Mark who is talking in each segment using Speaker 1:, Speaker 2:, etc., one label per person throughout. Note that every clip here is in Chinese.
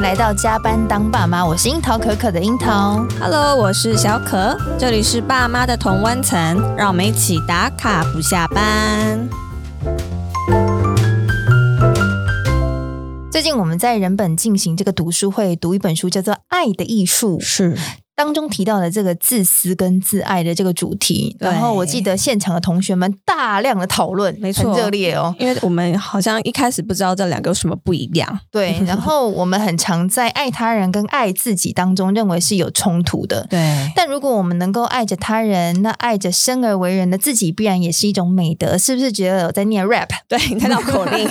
Speaker 1: 来到加班当爸妈，我是樱桃可可的樱桃。
Speaker 2: Hello，我是小可，这里是爸妈的同温层，让我们一起打卡不下班。
Speaker 1: 最近我们在人本进行这个读书会，读一本书叫做《爱的艺术》，
Speaker 2: 是，
Speaker 1: 当中提到了这个自私跟自爱的这个主题。
Speaker 2: 对
Speaker 1: 然后我记得现场的同学们大量的讨论，
Speaker 2: 没错
Speaker 1: 很热烈哦。
Speaker 2: 因为我们好像一开始不知道这两个有什么不一样。
Speaker 1: 对，然后我们很常在爱他人跟爱自己当中认为是有冲突的。
Speaker 2: 对，
Speaker 1: 但如果我们能够爱着他人，那爱着生而为人的自己，必然也是一种美德，是不是？觉得我在念 rap，
Speaker 2: 对，你看到口令，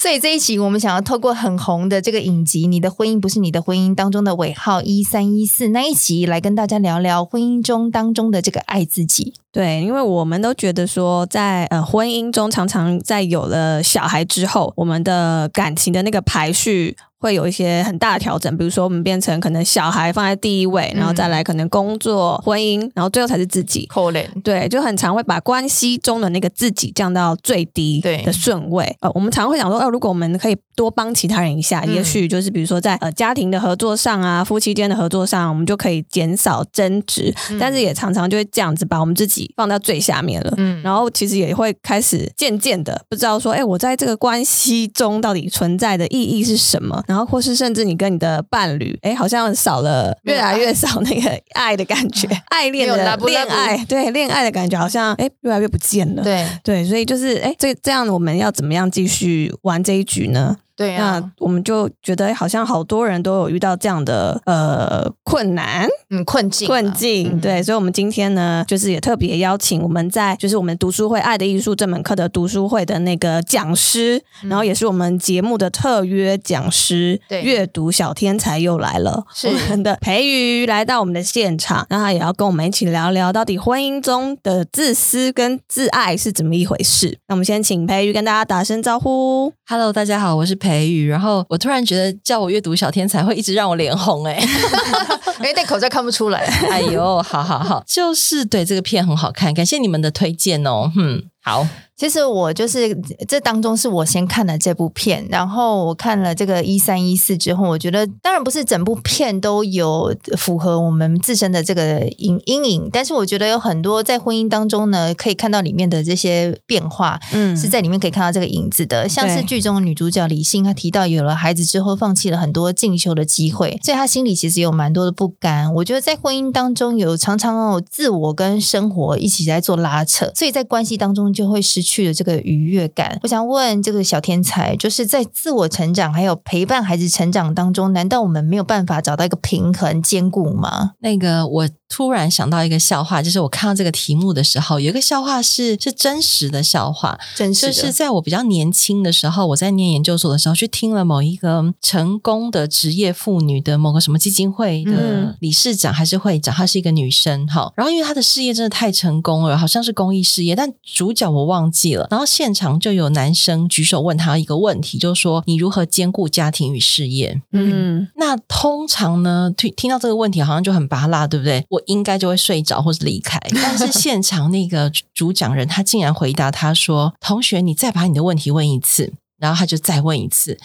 Speaker 1: 所以这一期我们想要透过很红的这个影集《你的婚姻不是你的婚姻》当中的尾号一三一四那一集，来跟大家聊聊婚姻中当中的这个爱自己。
Speaker 2: 对，因为我们都觉得说在，呃婚姻中，常常在有了小孩之后，我们的感情的那个排序会有一些很大的调整。比如说，我们变成可能小孩放在第一位，然后再来可能工作、婚姻，然后最后才是自己。
Speaker 1: 可怜，
Speaker 2: 对，就很常会把关系中的那个自己降到最低
Speaker 1: 对
Speaker 2: 的顺位。呃，我们常会想说，呃，如果我们可以多帮其他人一下，
Speaker 1: 嗯
Speaker 2: 也许就是比如说在呃家庭的合作上啊，夫妻间的合作上，我们就可以减少争执。
Speaker 1: 嗯
Speaker 2: 但是也常常就会这样子把我们自己放到最下面了。
Speaker 1: 嗯，
Speaker 2: 然后其实也会开始渐渐的不知道说，哎，我在这个关系中到底存在的意义是什么？然后或是甚至你跟你的伴侣，哎，好像少了
Speaker 1: 没有
Speaker 2: 越
Speaker 1: 爱
Speaker 2: 来越少那个爱的感觉，爱恋
Speaker 1: 没有
Speaker 2: 的
Speaker 1: love-
Speaker 2: 恋爱，哎对恋爱的感觉好像哎越来越不见了。
Speaker 1: 对
Speaker 2: 对，所以就是哎，这这样我们要怎么样继续玩这一局呢？
Speaker 1: 对啊
Speaker 2: 那，我们就觉得好像好多人都有遇到这样的呃困难，
Speaker 1: 嗯，困境啊，
Speaker 2: 困境。
Speaker 1: 嗯
Speaker 2: 对，所以我们今天呢，就是也特别邀请我们在就是我们读书会《爱的艺术》这门课的读书会的那个讲师，
Speaker 1: 嗯
Speaker 2: 然后也是我们节目的特约讲师，
Speaker 1: 对
Speaker 2: 阅读小天才又来了，
Speaker 1: 是
Speaker 2: 我们的培瑜来到我们的现场，那他也要跟我们一起聊聊到底婚姻中的自私跟自爱是怎么一回事。那我们先请培瑜跟大家打声招呼。
Speaker 3: Hello，大家好，我是培宇。然后我突然觉得叫我阅读小天才会一直让我脸红哎、
Speaker 1: 因为戴口罩看不出来。
Speaker 3: 哎呦，好好好，就是对这个片很好看，感谢你们的推荐哦。嗯，好，
Speaker 1: 其实我就是这当中是我先看了这部片，然后我看了这个一三一四之后，我觉得当然不是整部片都有符合我们自身的这个阴阴影，但是我觉得有很多在婚姻当中呢，可以看到里面的这些变化。
Speaker 2: 嗯
Speaker 1: 是在里面可以看到这个影子的，像是
Speaker 2: 对
Speaker 1: 剧中的女主角李信，她提到有了孩子之后，放弃了很多进修的机会，所以她心里其实有蛮多的不甘。我觉得在婚姻当中有常常哦，自我跟生活一起在做拉扯，所以在关系当中就会失去了这个愉悦感。我想问这个小天才，就是在自我成长还有陪伴孩子成长当中，难道我们没有办法找到一个平衡兼顾吗？
Speaker 3: 那个我突然想到一个笑话，就是我看到这个题目的时候，有一个笑话是是真实的笑话，
Speaker 1: 真是
Speaker 3: 就
Speaker 1: 的，
Speaker 3: 是在我比较年轻的时候，我在念研究所的时候，去听了某一个成功的职业妇女的某个什么基金会
Speaker 2: 嗯
Speaker 3: 的理事长还是会长，她是一个女生哈。然后因为她的事业真的太成功了，好像是公益事业，但主角我忘记了。然后现场就有男生举手问她一个问题，就是说你如何兼顾家庭与事业？
Speaker 2: 嗯
Speaker 3: 那通常呢，听听到这个问题好像就很拔辣，对不对？我应该就会睡着或是离开。但是现场那个主主讲人，他竟然回答他说：“同学，你再把你的问题问一次。”然后他就再问一次，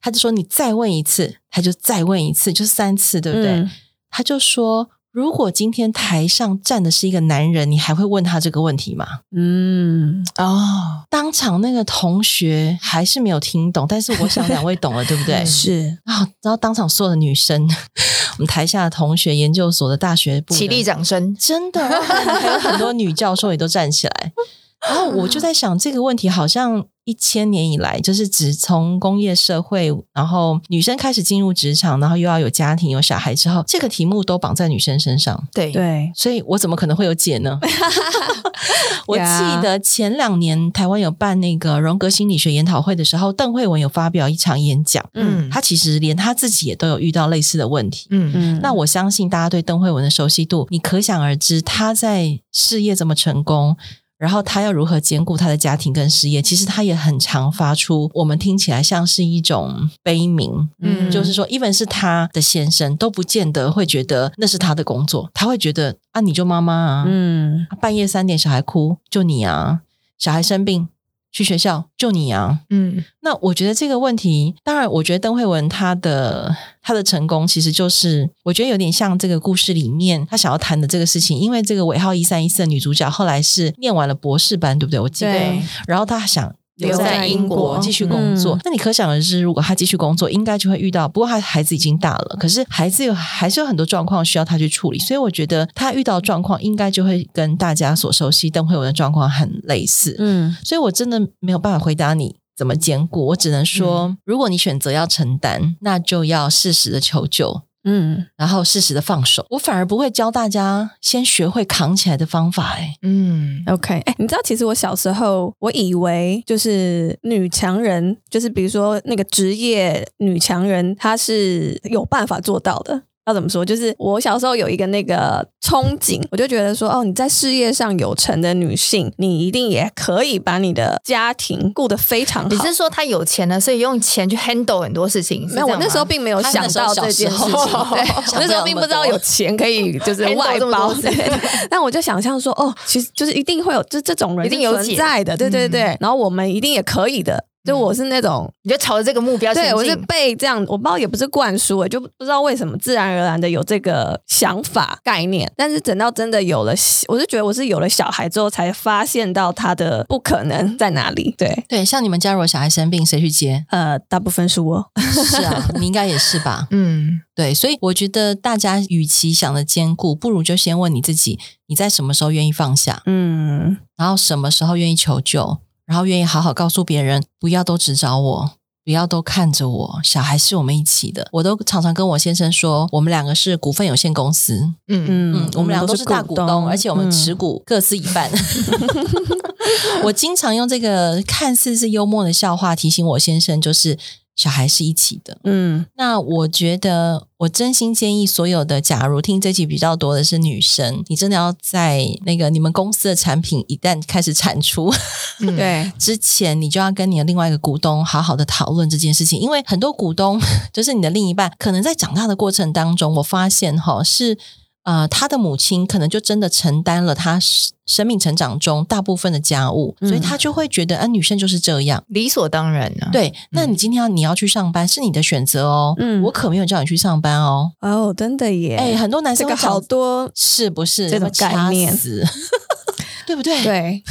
Speaker 3: 他就说：“你再问一次。”他就再问一次，就三次，对不对？
Speaker 2: 嗯
Speaker 3: 他就说：“如果今天台上站的是一个男人，你还会问他这个问题吗？”
Speaker 2: 嗯，
Speaker 1: 哦，
Speaker 3: 当场那个同学还是没有听懂，但是我想两位懂了，对不 对？
Speaker 1: 嗯
Speaker 2: 是
Speaker 3: 啊、然后当场所有的女生， 我们台下的同学、研究所的大学部的
Speaker 1: 起立，掌声。
Speaker 3: 真的，然后还有很多女教授也都站起 来。然后我就在想，这个问题好像一千年以来，就是只从工业社会，然后女生开始进入职场，然后又要有家庭、有小孩之后，这个题目都绑在女生身上。
Speaker 1: 对，
Speaker 2: 对，
Speaker 3: 所以我怎么可能会有解呢？我记得前两年台湾有办那个荣格心理学研讨会的时候，邓慧文有发表一场演讲，
Speaker 1: 嗯
Speaker 3: 她其实连她自己也都有遇到类似的问题。
Speaker 1: 嗯
Speaker 2: 嗯
Speaker 3: 那我相信大家对邓慧文的熟悉度，你可想而知，她在事业这么成功，然后她要如何兼顾她的家庭跟事业，其实她也很常发出我们听起来像是一种悲鸣，
Speaker 1: 嗯
Speaker 3: 就是说，even 是她的先生都不见得会觉得那是她的工作，他会觉得啊，你就妈妈啊，
Speaker 2: 嗯
Speaker 3: 半夜三点小孩哭就你啊，小孩生病去学校就你啊。
Speaker 1: 嗯
Speaker 3: 那我觉得这个问题，当然，我觉得邓慧文她的她的成功，其实就是我觉得有点像这个故事里面她想要谈的这个事情，因为这个尾号一三一四的女主角后来是念完了博士班，对不对？我记得，
Speaker 2: 对
Speaker 3: 然后她想。留
Speaker 1: 留
Speaker 3: 在
Speaker 1: 在
Speaker 3: 英
Speaker 1: 英
Speaker 3: 国
Speaker 1: 国
Speaker 3: 继续工作，
Speaker 2: 嗯
Speaker 3: 那你可想而知，如果她继续工作，应该就会遇到。不过她孩子已经大了，可是孩子有还是有很多状况需要她去处理，所以我觉得她遇到状况应该就会跟大家所熟悉邓慧文的状况很类似。
Speaker 2: 嗯
Speaker 3: 所以我真的没有办法回答你怎么兼顾，我只能说，如果你选择要承担，那就要适时的求救。
Speaker 2: 嗯，
Speaker 3: 然后适时的放手，我反而不会教大家先学会扛起来的方法、欸。
Speaker 1: 嗯
Speaker 2: OK，哎、你知道其实我小时候我以为就是女强人，就是比如说那个职业女强人，她是有办法做到的。要怎么说？就是我小时候有一个那个憧憬，我就觉得说，哦，你在事业上有成的女性，你一定也可以把你的家庭顾得非常
Speaker 1: 你
Speaker 2: 好
Speaker 1: 是。说他有钱了，所以用钱去 handle 很多事情？是
Speaker 2: 没
Speaker 1: 这
Speaker 2: 有，我
Speaker 1: 样
Speaker 2: 那
Speaker 1: 吗
Speaker 2: 时候并没有
Speaker 3: 他
Speaker 2: 想
Speaker 3: 那时候
Speaker 2: 到
Speaker 3: 小
Speaker 2: 这
Speaker 3: 时
Speaker 2: 件事
Speaker 3: 候
Speaker 2: 情， 对我那
Speaker 3: 想，不
Speaker 2: 时
Speaker 3: 了
Speaker 2: 候并
Speaker 3: 那
Speaker 2: 不
Speaker 3: 么
Speaker 2: 知道
Speaker 3: 多
Speaker 2: 有钱可以就是
Speaker 1: Handle
Speaker 2: 外
Speaker 1: 这么
Speaker 2: 包，
Speaker 1: 多
Speaker 2: 对。 但我就想象说，哦，其实就是一定会有，就这种人
Speaker 1: 一定
Speaker 2: 是
Speaker 1: 有嗯
Speaker 2: 存
Speaker 1: 解
Speaker 2: 在的，对对对。然后我们一定也可以的，就我是那种。
Speaker 1: 你就朝着这个目标前
Speaker 2: 对，
Speaker 1: 进。
Speaker 2: 我是被这样，我不知道也不是灌输，欸就不知道为什么自然而然的有这个想法概念。但是等到真的有了，我是觉得我是有了小孩之后才发现到他的不可能在哪里。对，？
Speaker 3: 对，像你们家如果小孩生病，谁去接
Speaker 2: 呃，大部分是我，
Speaker 3: 是啊，你应该也是吧？
Speaker 1: 嗯，
Speaker 3: 对，所以我觉得大家与其想着兼顾，不如就先问你自己，你在什么时候愿意放下，
Speaker 2: 嗯，
Speaker 3: 然后什么时候愿意求救，然后愿意好好告诉别人，不要都只找我，不要都看着我，小孩是我们一起的。我都常常跟我先生说，我们两个是股份有限公司，
Speaker 1: 嗯
Speaker 3: 嗯
Speaker 2: 嗯，，
Speaker 3: 我们俩都是大股东，嗯而且我们持
Speaker 2: 股
Speaker 3: 股各自一半。 我经常用这个看似是幽默的笑话提醒我先生，就是小孩是一起的。
Speaker 2: 嗯，
Speaker 3: 那我觉得，我真心建议所有的，假如听这集比较多的是女生，你真的要在那个你们公司的产品一旦开始产出
Speaker 1: 嗯，
Speaker 2: 对，
Speaker 3: 之前，你就要跟你的另外一个股东好好的讨论这件事情，因为很多股东就是你的另一半，可能在长大的过程当中，我发现哈是。呃，他的母亲可能就真的承担了他生生命成长中大部分的家务，所以
Speaker 2: 嗯
Speaker 3: 他就会觉得，啊，女生就是这样。
Speaker 1: 理所当然呢、啊。
Speaker 3: 对，那你今天要你要去上班是你的选择哦，
Speaker 2: 嗯
Speaker 3: 我可没有叫你去上班哦。
Speaker 2: 哦，真的耶，
Speaker 3: 哎、很多男
Speaker 2: 这
Speaker 3: 生
Speaker 2: 个
Speaker 3: 会讲
Speaker 2: 好多，
Speaker 3: 是不是
Speaker 2: 这种
Speaker 3: 掐
Speaker 2: 概念
Speaker 3: 死对不 对？
Speaker 2: 对，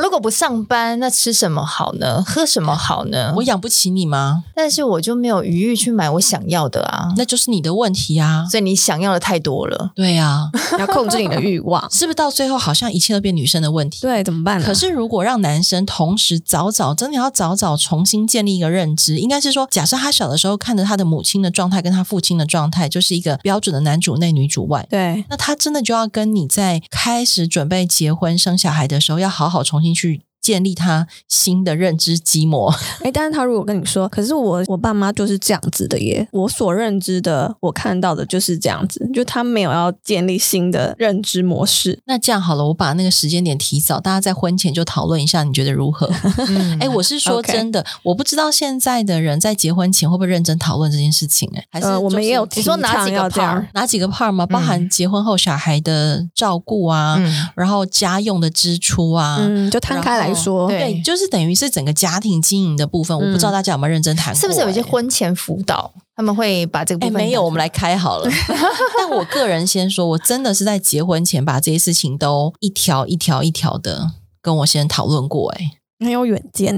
Speaker 1: 如果不上班，那吃什么好呢？喝什么好呢？
Speaker 3: 我养不起你吗？
Speaker 1: 但是我就没有余裕去买我想要的啊。
Speaker 3: 那就是你的问题啊。
Speaker 1: 所以你想要的太多了。
Speaker 3: 对啊，，
Speaker 2: 要控制你的欲望
Speaker 3: 是不是到最后好像一切都变女生的问题？
Speaker 2: 对，怎么办呢？啊
Speaker 3: 可是，如果让男生同时早早真的要早早重新建立一个认知，应该是说，假设他小的时候看着他的母亲的状态跟他父亲的状态，就是一个标准的男主内女主外，
Speaker 2: 对，
Speaker 3: 那他真的就要跟你在开始准备结婚生小孩的时候，要好好重新去建立他新的认知基模。
Speaker 2: 哎，但是他如果跟你说，可是我我爸妈就是这样子的耶，我所认知的，我看到的就是这样子，就他没有要建立新的认知模式，
Speaker 3: 那这样好了，我把那个时间点提早，大家在婚前就讨论一下，你觉得如何？
Speaker 1: 嗯，
Speaker 3: 哎、我是说
Speaker 2: OK
Speaker 3: 真的我不知道现在的人在结婚前会不会认真讨论这件事情、哎，还是、
Speaker 2: 呃，我们也有嗯
Speaker 1: 你说
Speaker 2: 提
Speaker 1: 哪
Speaker 2: 倡
Speaker 1: 几个
Speaker 2: 要这样
Speaker 1: part？
Speaker 3: 哪几个 part 吗？包含结婚后小孩的照顾啊，
Speaker 1: 嗯
Speaker 3: 然后家用的支出啊。
Speaker 2: 嗯，就摊开来说，嗯
Speaker 1: 然后
Speaker 3: 对，
Speaker 1: 对
Speaker 3: 就是等于是整个家庭经营的部分，我不知道大家有没有认真谈过、
Speaker 1: 是不是有一些
Speaker 3: 哎
Speaker 1: 婚前辅导，他们会把这个部
Speaker 3: 哎，
Speaker 1: 分？
Speaker 3: 没有，我们来。开好了。 但我个人先说，我真的是在结婚前把这些事情都一条一条一条的跟我先生讨论过、 哎。
Speaker 2: 很有远见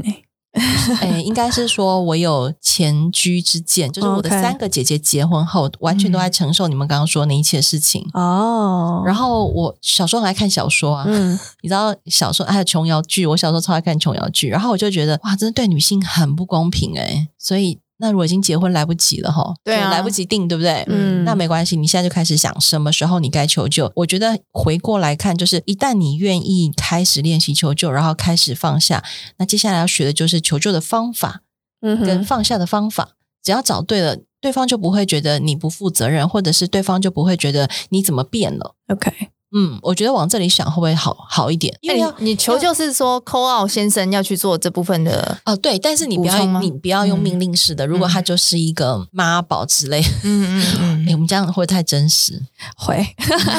Speaker 2: 哎，
Speaker 3: 哎，应该是说我有前居之鉴，就是我的
Speaker 2: OK
Speaker 3: 三个姐姐结婚后，完全都在承受你们刚刚说那一切事情。
Speaker 2: 哦，
Speaker 3: 然
Speaker 2: 后
Speaker 3: 后我小时候很爱看小说啊，
Speaker 2: 嗯，
Speaker 3: 你知道小说还有琼瑶剧，我小时候超爱看琼瑶剧，然后我就觉得哇，真的对女性很不公平哎、所以那如果已经结婚来不及了哈，
Speaker 1: 对啊
Speaker 3: 来不及定，对不对？
Speaker 2: 嗯
Speaker 3: 那没关系，你现在就开始想什么时候你该求救。我觉得回过来看，就是一旦你愿意开始练习求救，然后开始放下，那接下来要学的就是求救的方法
Speaker 2: 嗯
Speaker 3: 跟
Speaker 2: 哼，
Speaker 3: 放下的方法。只要找对了，对方就不会觉得你不负责任，或者是对方就不会觉得你怎么变了。
Speaker 2: ，OK，
Speaker 3: 嗯，我觉得往这里想会不会好好一点？因
Speaker 1: 那
Speaker 3: 为要
Speaker 1: 哎你你求救是说 call out 先生要去做这部分的，
Speaker 3: 哦，对，但是你不
Speaker 1: 补充
Speaker 3: 要
Speaker 1: 吗
Speaker 3: 你不要用
Speaker 1: 嗯
Speaker 3: 命令式的，如果他就是一个妈宝之类，
Speaker 1: 嗯嗯
Speaker 3: 哎、我们这样会不会太真实？
Speaker 2: 会，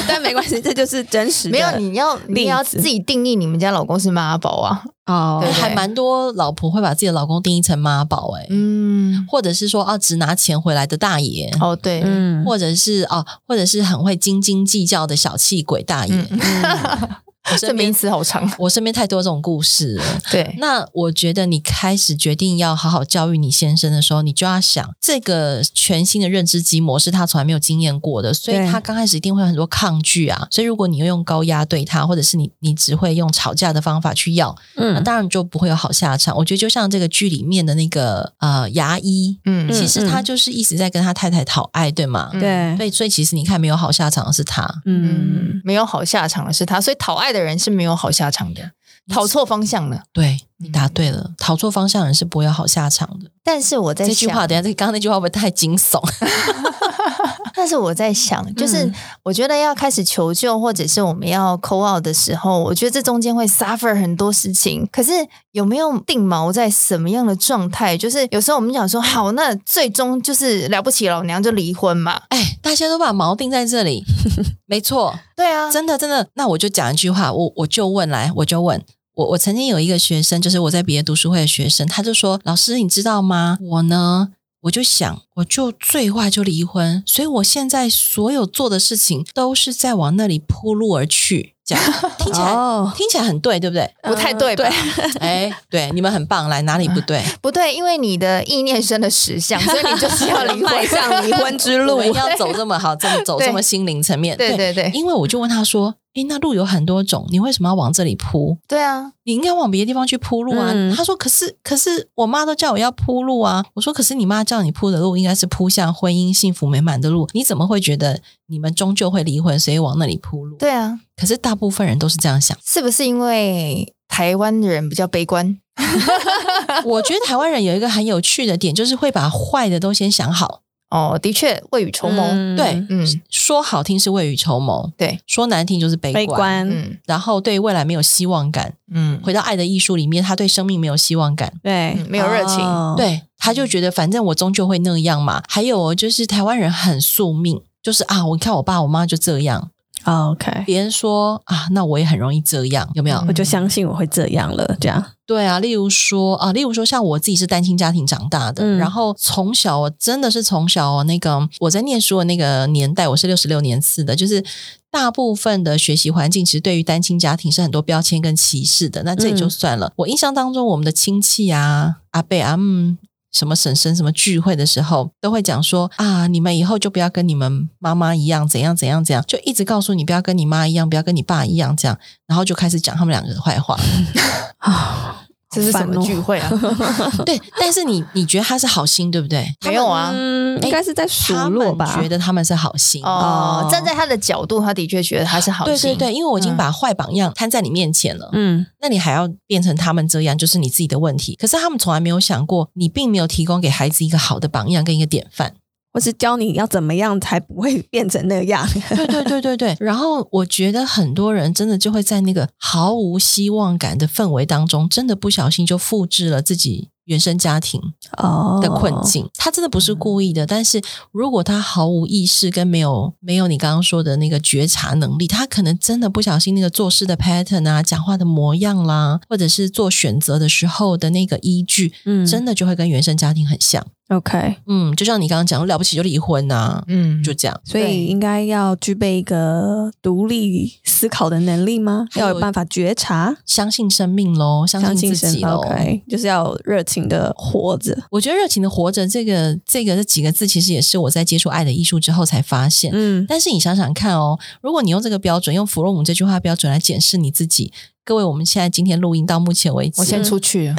Speaker 2: 但没关系，这就是真实的，
Speaker 1: 没有，你要
Speaker 2: 例
Speaker 1: 你也要
Speaker 2: 子
Speaker 1: 自己定义你们家老公是妈宝啊，
Speaker 2: 哦
Speaker 1: 对
Speaker 3: 因为还蛮多老婆会把自己的老公定义成妈宝、欸，哎、
Speaker 1: 嗯，
Speaker 3: 或者是说啊，只拿钱回来的大爷，
Speaker 1: 哦对，
Speaker 2: 嗯，
Speaker 3: 或者是啊，或者是很会斤斤计较的小气鬼大爷。
Speaker 1: 嗯
Speaker 3: 我
Speaker 1: 这
Speaker 3: 身
Speaker 1: 名
Speaker 3: 边
Speaker 1: 词好长，啊
Speaker 3: 我身边太多这种故事了。
Speaker 1: 对，
Speaker 3: 那我觉得你开始决定要好好教育你先生的时候，你就要想这个全新的认知机模是他从来没有经验过的，所以
Speaker 2: 对
Speaker 3: 他刚开始一定会有很多抗拒啊。所以如果你又用高压对他，或者是你你只会用吵架的方法去要，那
Speaker 2: 嗯
Speaker 3: 当然就不会有好下场。我觉得就像这个剧里面的那个呃牙医，
Speaker 1: 嗯
Speaker 3: 其实他
Speaker 2: 嗯
Speaker 3: 就是一直在跟他太太讨爱，对吗？
Speaker 1: 嗯
Speaker 2: 对，
Speaker 3: 对，所以其实你看没有好下场的是他，
Speaker 2: 嗯
Speaker 1: 嗯，没有好下场的是他，所以讨爱的人是没有好下场的，讨错方向了。
Speaker 3: 对你
Speaker 1: 嗯
Speaker 3: 答对了，讨错方向的人是不会有好下场的。
Speaker 1: 但是我在
Speaker 3: 这
Speaker 1: 想，
Speaker 3: 句话，等一下这刚刚那句话会不会太惊悚？
Speaker 1: 但是我在想，就是
Speaker 3: 嗯
Speaker 1: 我觉得要开始求救，或者是我们要 call out 的时候，我觉得这中间会 suffer 很多事情。可是有没有定锚在什么样的状态？就是有时候我们讲说，好，那最终就是了不起，老娘就离婚嘛。
Speaker 3: 哎，大家都把锚定在 这里，没错，
Speaker 1: 对啊，
Speaker 3: 真的真的。那我就讲一句话，我我就问来，我就问。我我曾经有一个学生，就是我在别的读书会的学生，他就说：“老师，你知道吗？我呢，我就想，我就最坏就离婚，所以我现在所有做的事情都是在往那里铺路而去。”这样听起来、
Speaker 2: 哦
Speaker 3: 听起来很对，对不对？
Speaker 1: 不太呃对吧？
Speaker 3: 哎，对，你们很棒，来哪里不对？
Speaker 1: 不对，因为你的意念生了实相，所以你就是要离
Speaker 2: 迈
Speaker 1: 婚。
Speaker 2: 向 离婚之
Speaker 3: 我
Speaker 2: 路
Speaker 3: 们，要走这么 好，这么走
Speaker 1: 对
Speaker 3: 这么心灵层面，
Speaker 1: 对对对
Speaker 3: 因为我就问他说：“诶，那路有很多种，你为什么要往这里铺？
Speaker 1: 对啊，
Speaker 3: 你应该往别的地方去铺路啊。
Speaker 2: 嗯
Speaker 3: 他说：“可是，可是我妈都叫我要铺路啊。”我说：“可是你妈叫你铺的路应该是铺向婚姻幸福美满的路，你怎么会觉得你们终究会离婚，所以往那里铺路？”。
Speaker 1: 对啊，。
Speaker 3: 可是大部分人都是这样想
Speaker 1: 是不是因为台湾人比较悲观？
Speaker 3: 我觉得台湾人有一个很有趣的点，就是会把坏的都先想好。
Speaker 1: 哦，的确未雨绸缪。嗯
Speaker 2: 嗯
Speaker 3: 对
Speaker 1: 嗯
Speaker 3: 说好听是未雨绸缪，
Speaker 1: 对，
Speaker 3: 说难听就是悲观。
Speaker 2: 悲观，
Speaker 1: 嗯
Speaker 3: 然后对未来没有希望感，
Speaker 1: 嗯
Speaker 3: 回到《爱的艺术》里面，他对生命没有希望感，
Speaker 2: 对，
Speaker 1: 没有热情
Speaker 2: 哦，
Speaker 3: 对，他就觉得反正我终究会那样嘛。还有哦，就是台湾人很宿命，就是啊，我看我爸我妈就这样，
Speaker 2: 哦，OK，
Speaker 3: 别人说啊，那我也很容易这样，有没有？
Speaker 1: 嗯
Speaker 2: 我就相信我会这样了，这样，
Speaker 3: 对啊，例如说啊，例如说像我自己是单亲家庭长大的，
Speaker 2: 嗯
Speaker 3: 然后从小我真的是从小哦，那个我在念书的那个年代，我是六十六年次的，就是大部分的学习环境其实对于单亲家庭是很多标签跟歧视的。那这也就算了，我印象当中我们的亲戚啊、阿伯阿姆。什么婶婶什么聚会的时候，都会讲说啊，你们以后就不要跟你们妈妈一样，怎样怎样怎样，就一直告诉你不要跟你妈一样，不要跟你爸一样这样，然后就开始讲他们两个的坏话。
Speaker 2: 啊，
Speaker 1: 这是什
Speaker 2: 好烦
Speaker 1: 么
Speaker 2: 哦
Speaker 1: 聚会啊？
Speaker 3: 对，但是你你觉得他是好心，对不对？
Speaker 1: 没有啊。
Speaker 2: 嗯，应该是在数
Speaker 3: 他
Speaker 2: 落
Speaker 3: 们
Speaker 2: 吧，
Speaker 3: 觉得他们是好心。
Speaker 1: 哦
Speaker 2: 哦，
Speaker 1: 站在他的角度，他的确觉得他是好
Speaker 3: 对
Speaker 1: 心。
Speaker 3: 对对，因为我已经把坏榜样摊在你面前了，
Speaker 2: 嗯，
Speaker 3: 那你还要变成他们这样，就是你自己的问题。可是他们从来没有想过，你并没有提供给孩子一个好的榜样跟一个典范。
Speaker 2: 或是教你要怎么样才不会变成那样，
Speaker 3: 对对对对 对。然后我觉得很多人真的就会在那个毫无希望感的氛围当中，真的不小心就复制了自己原生家庭
Speaker 2: 哦
Speaker 3: 的困，境，他真的不是故意的。但是如果他毫无意识跟没有没有你刚刚说的那个觉察能力，他可能真的不小心那个做事的 pattern 啊、讲话的模样啦，或者是做选择的时候的那个依据，
Speaker 2: 嗯
Speaker 3: 真的就会跟原生家庭很像。
Speaker 2: ，OK，
Speaker 3: 嗯，就像你刚刚讲，了不起就离婚呐、
Speaker 1: 嗯，
Speaker 3: 就这样。
Speaker 2: 所
Speaker 1: 对
Speaker 2: 以应该要具备一个独立思考的能力吗？
Speaker 3: 还有
Speaker 2: 要有办法觉察，
Speaker 3: 相信生命喽，相信自己喽。
Speaker 2: ，OK，就是要有热情的活着，
Speaker 3: 我觉得“热情的活着”这个、这个这几个字，其实也是我在接触爱的艺术之后才发现。
Speaker 2: 嗯，
Speaker 3: 但是你想想看哦，如果你用这个标准，用弗洛姆这句话标准来检视你自己，各位，我们现在今天录音到目前为止，
Speaker 1: 我先出去。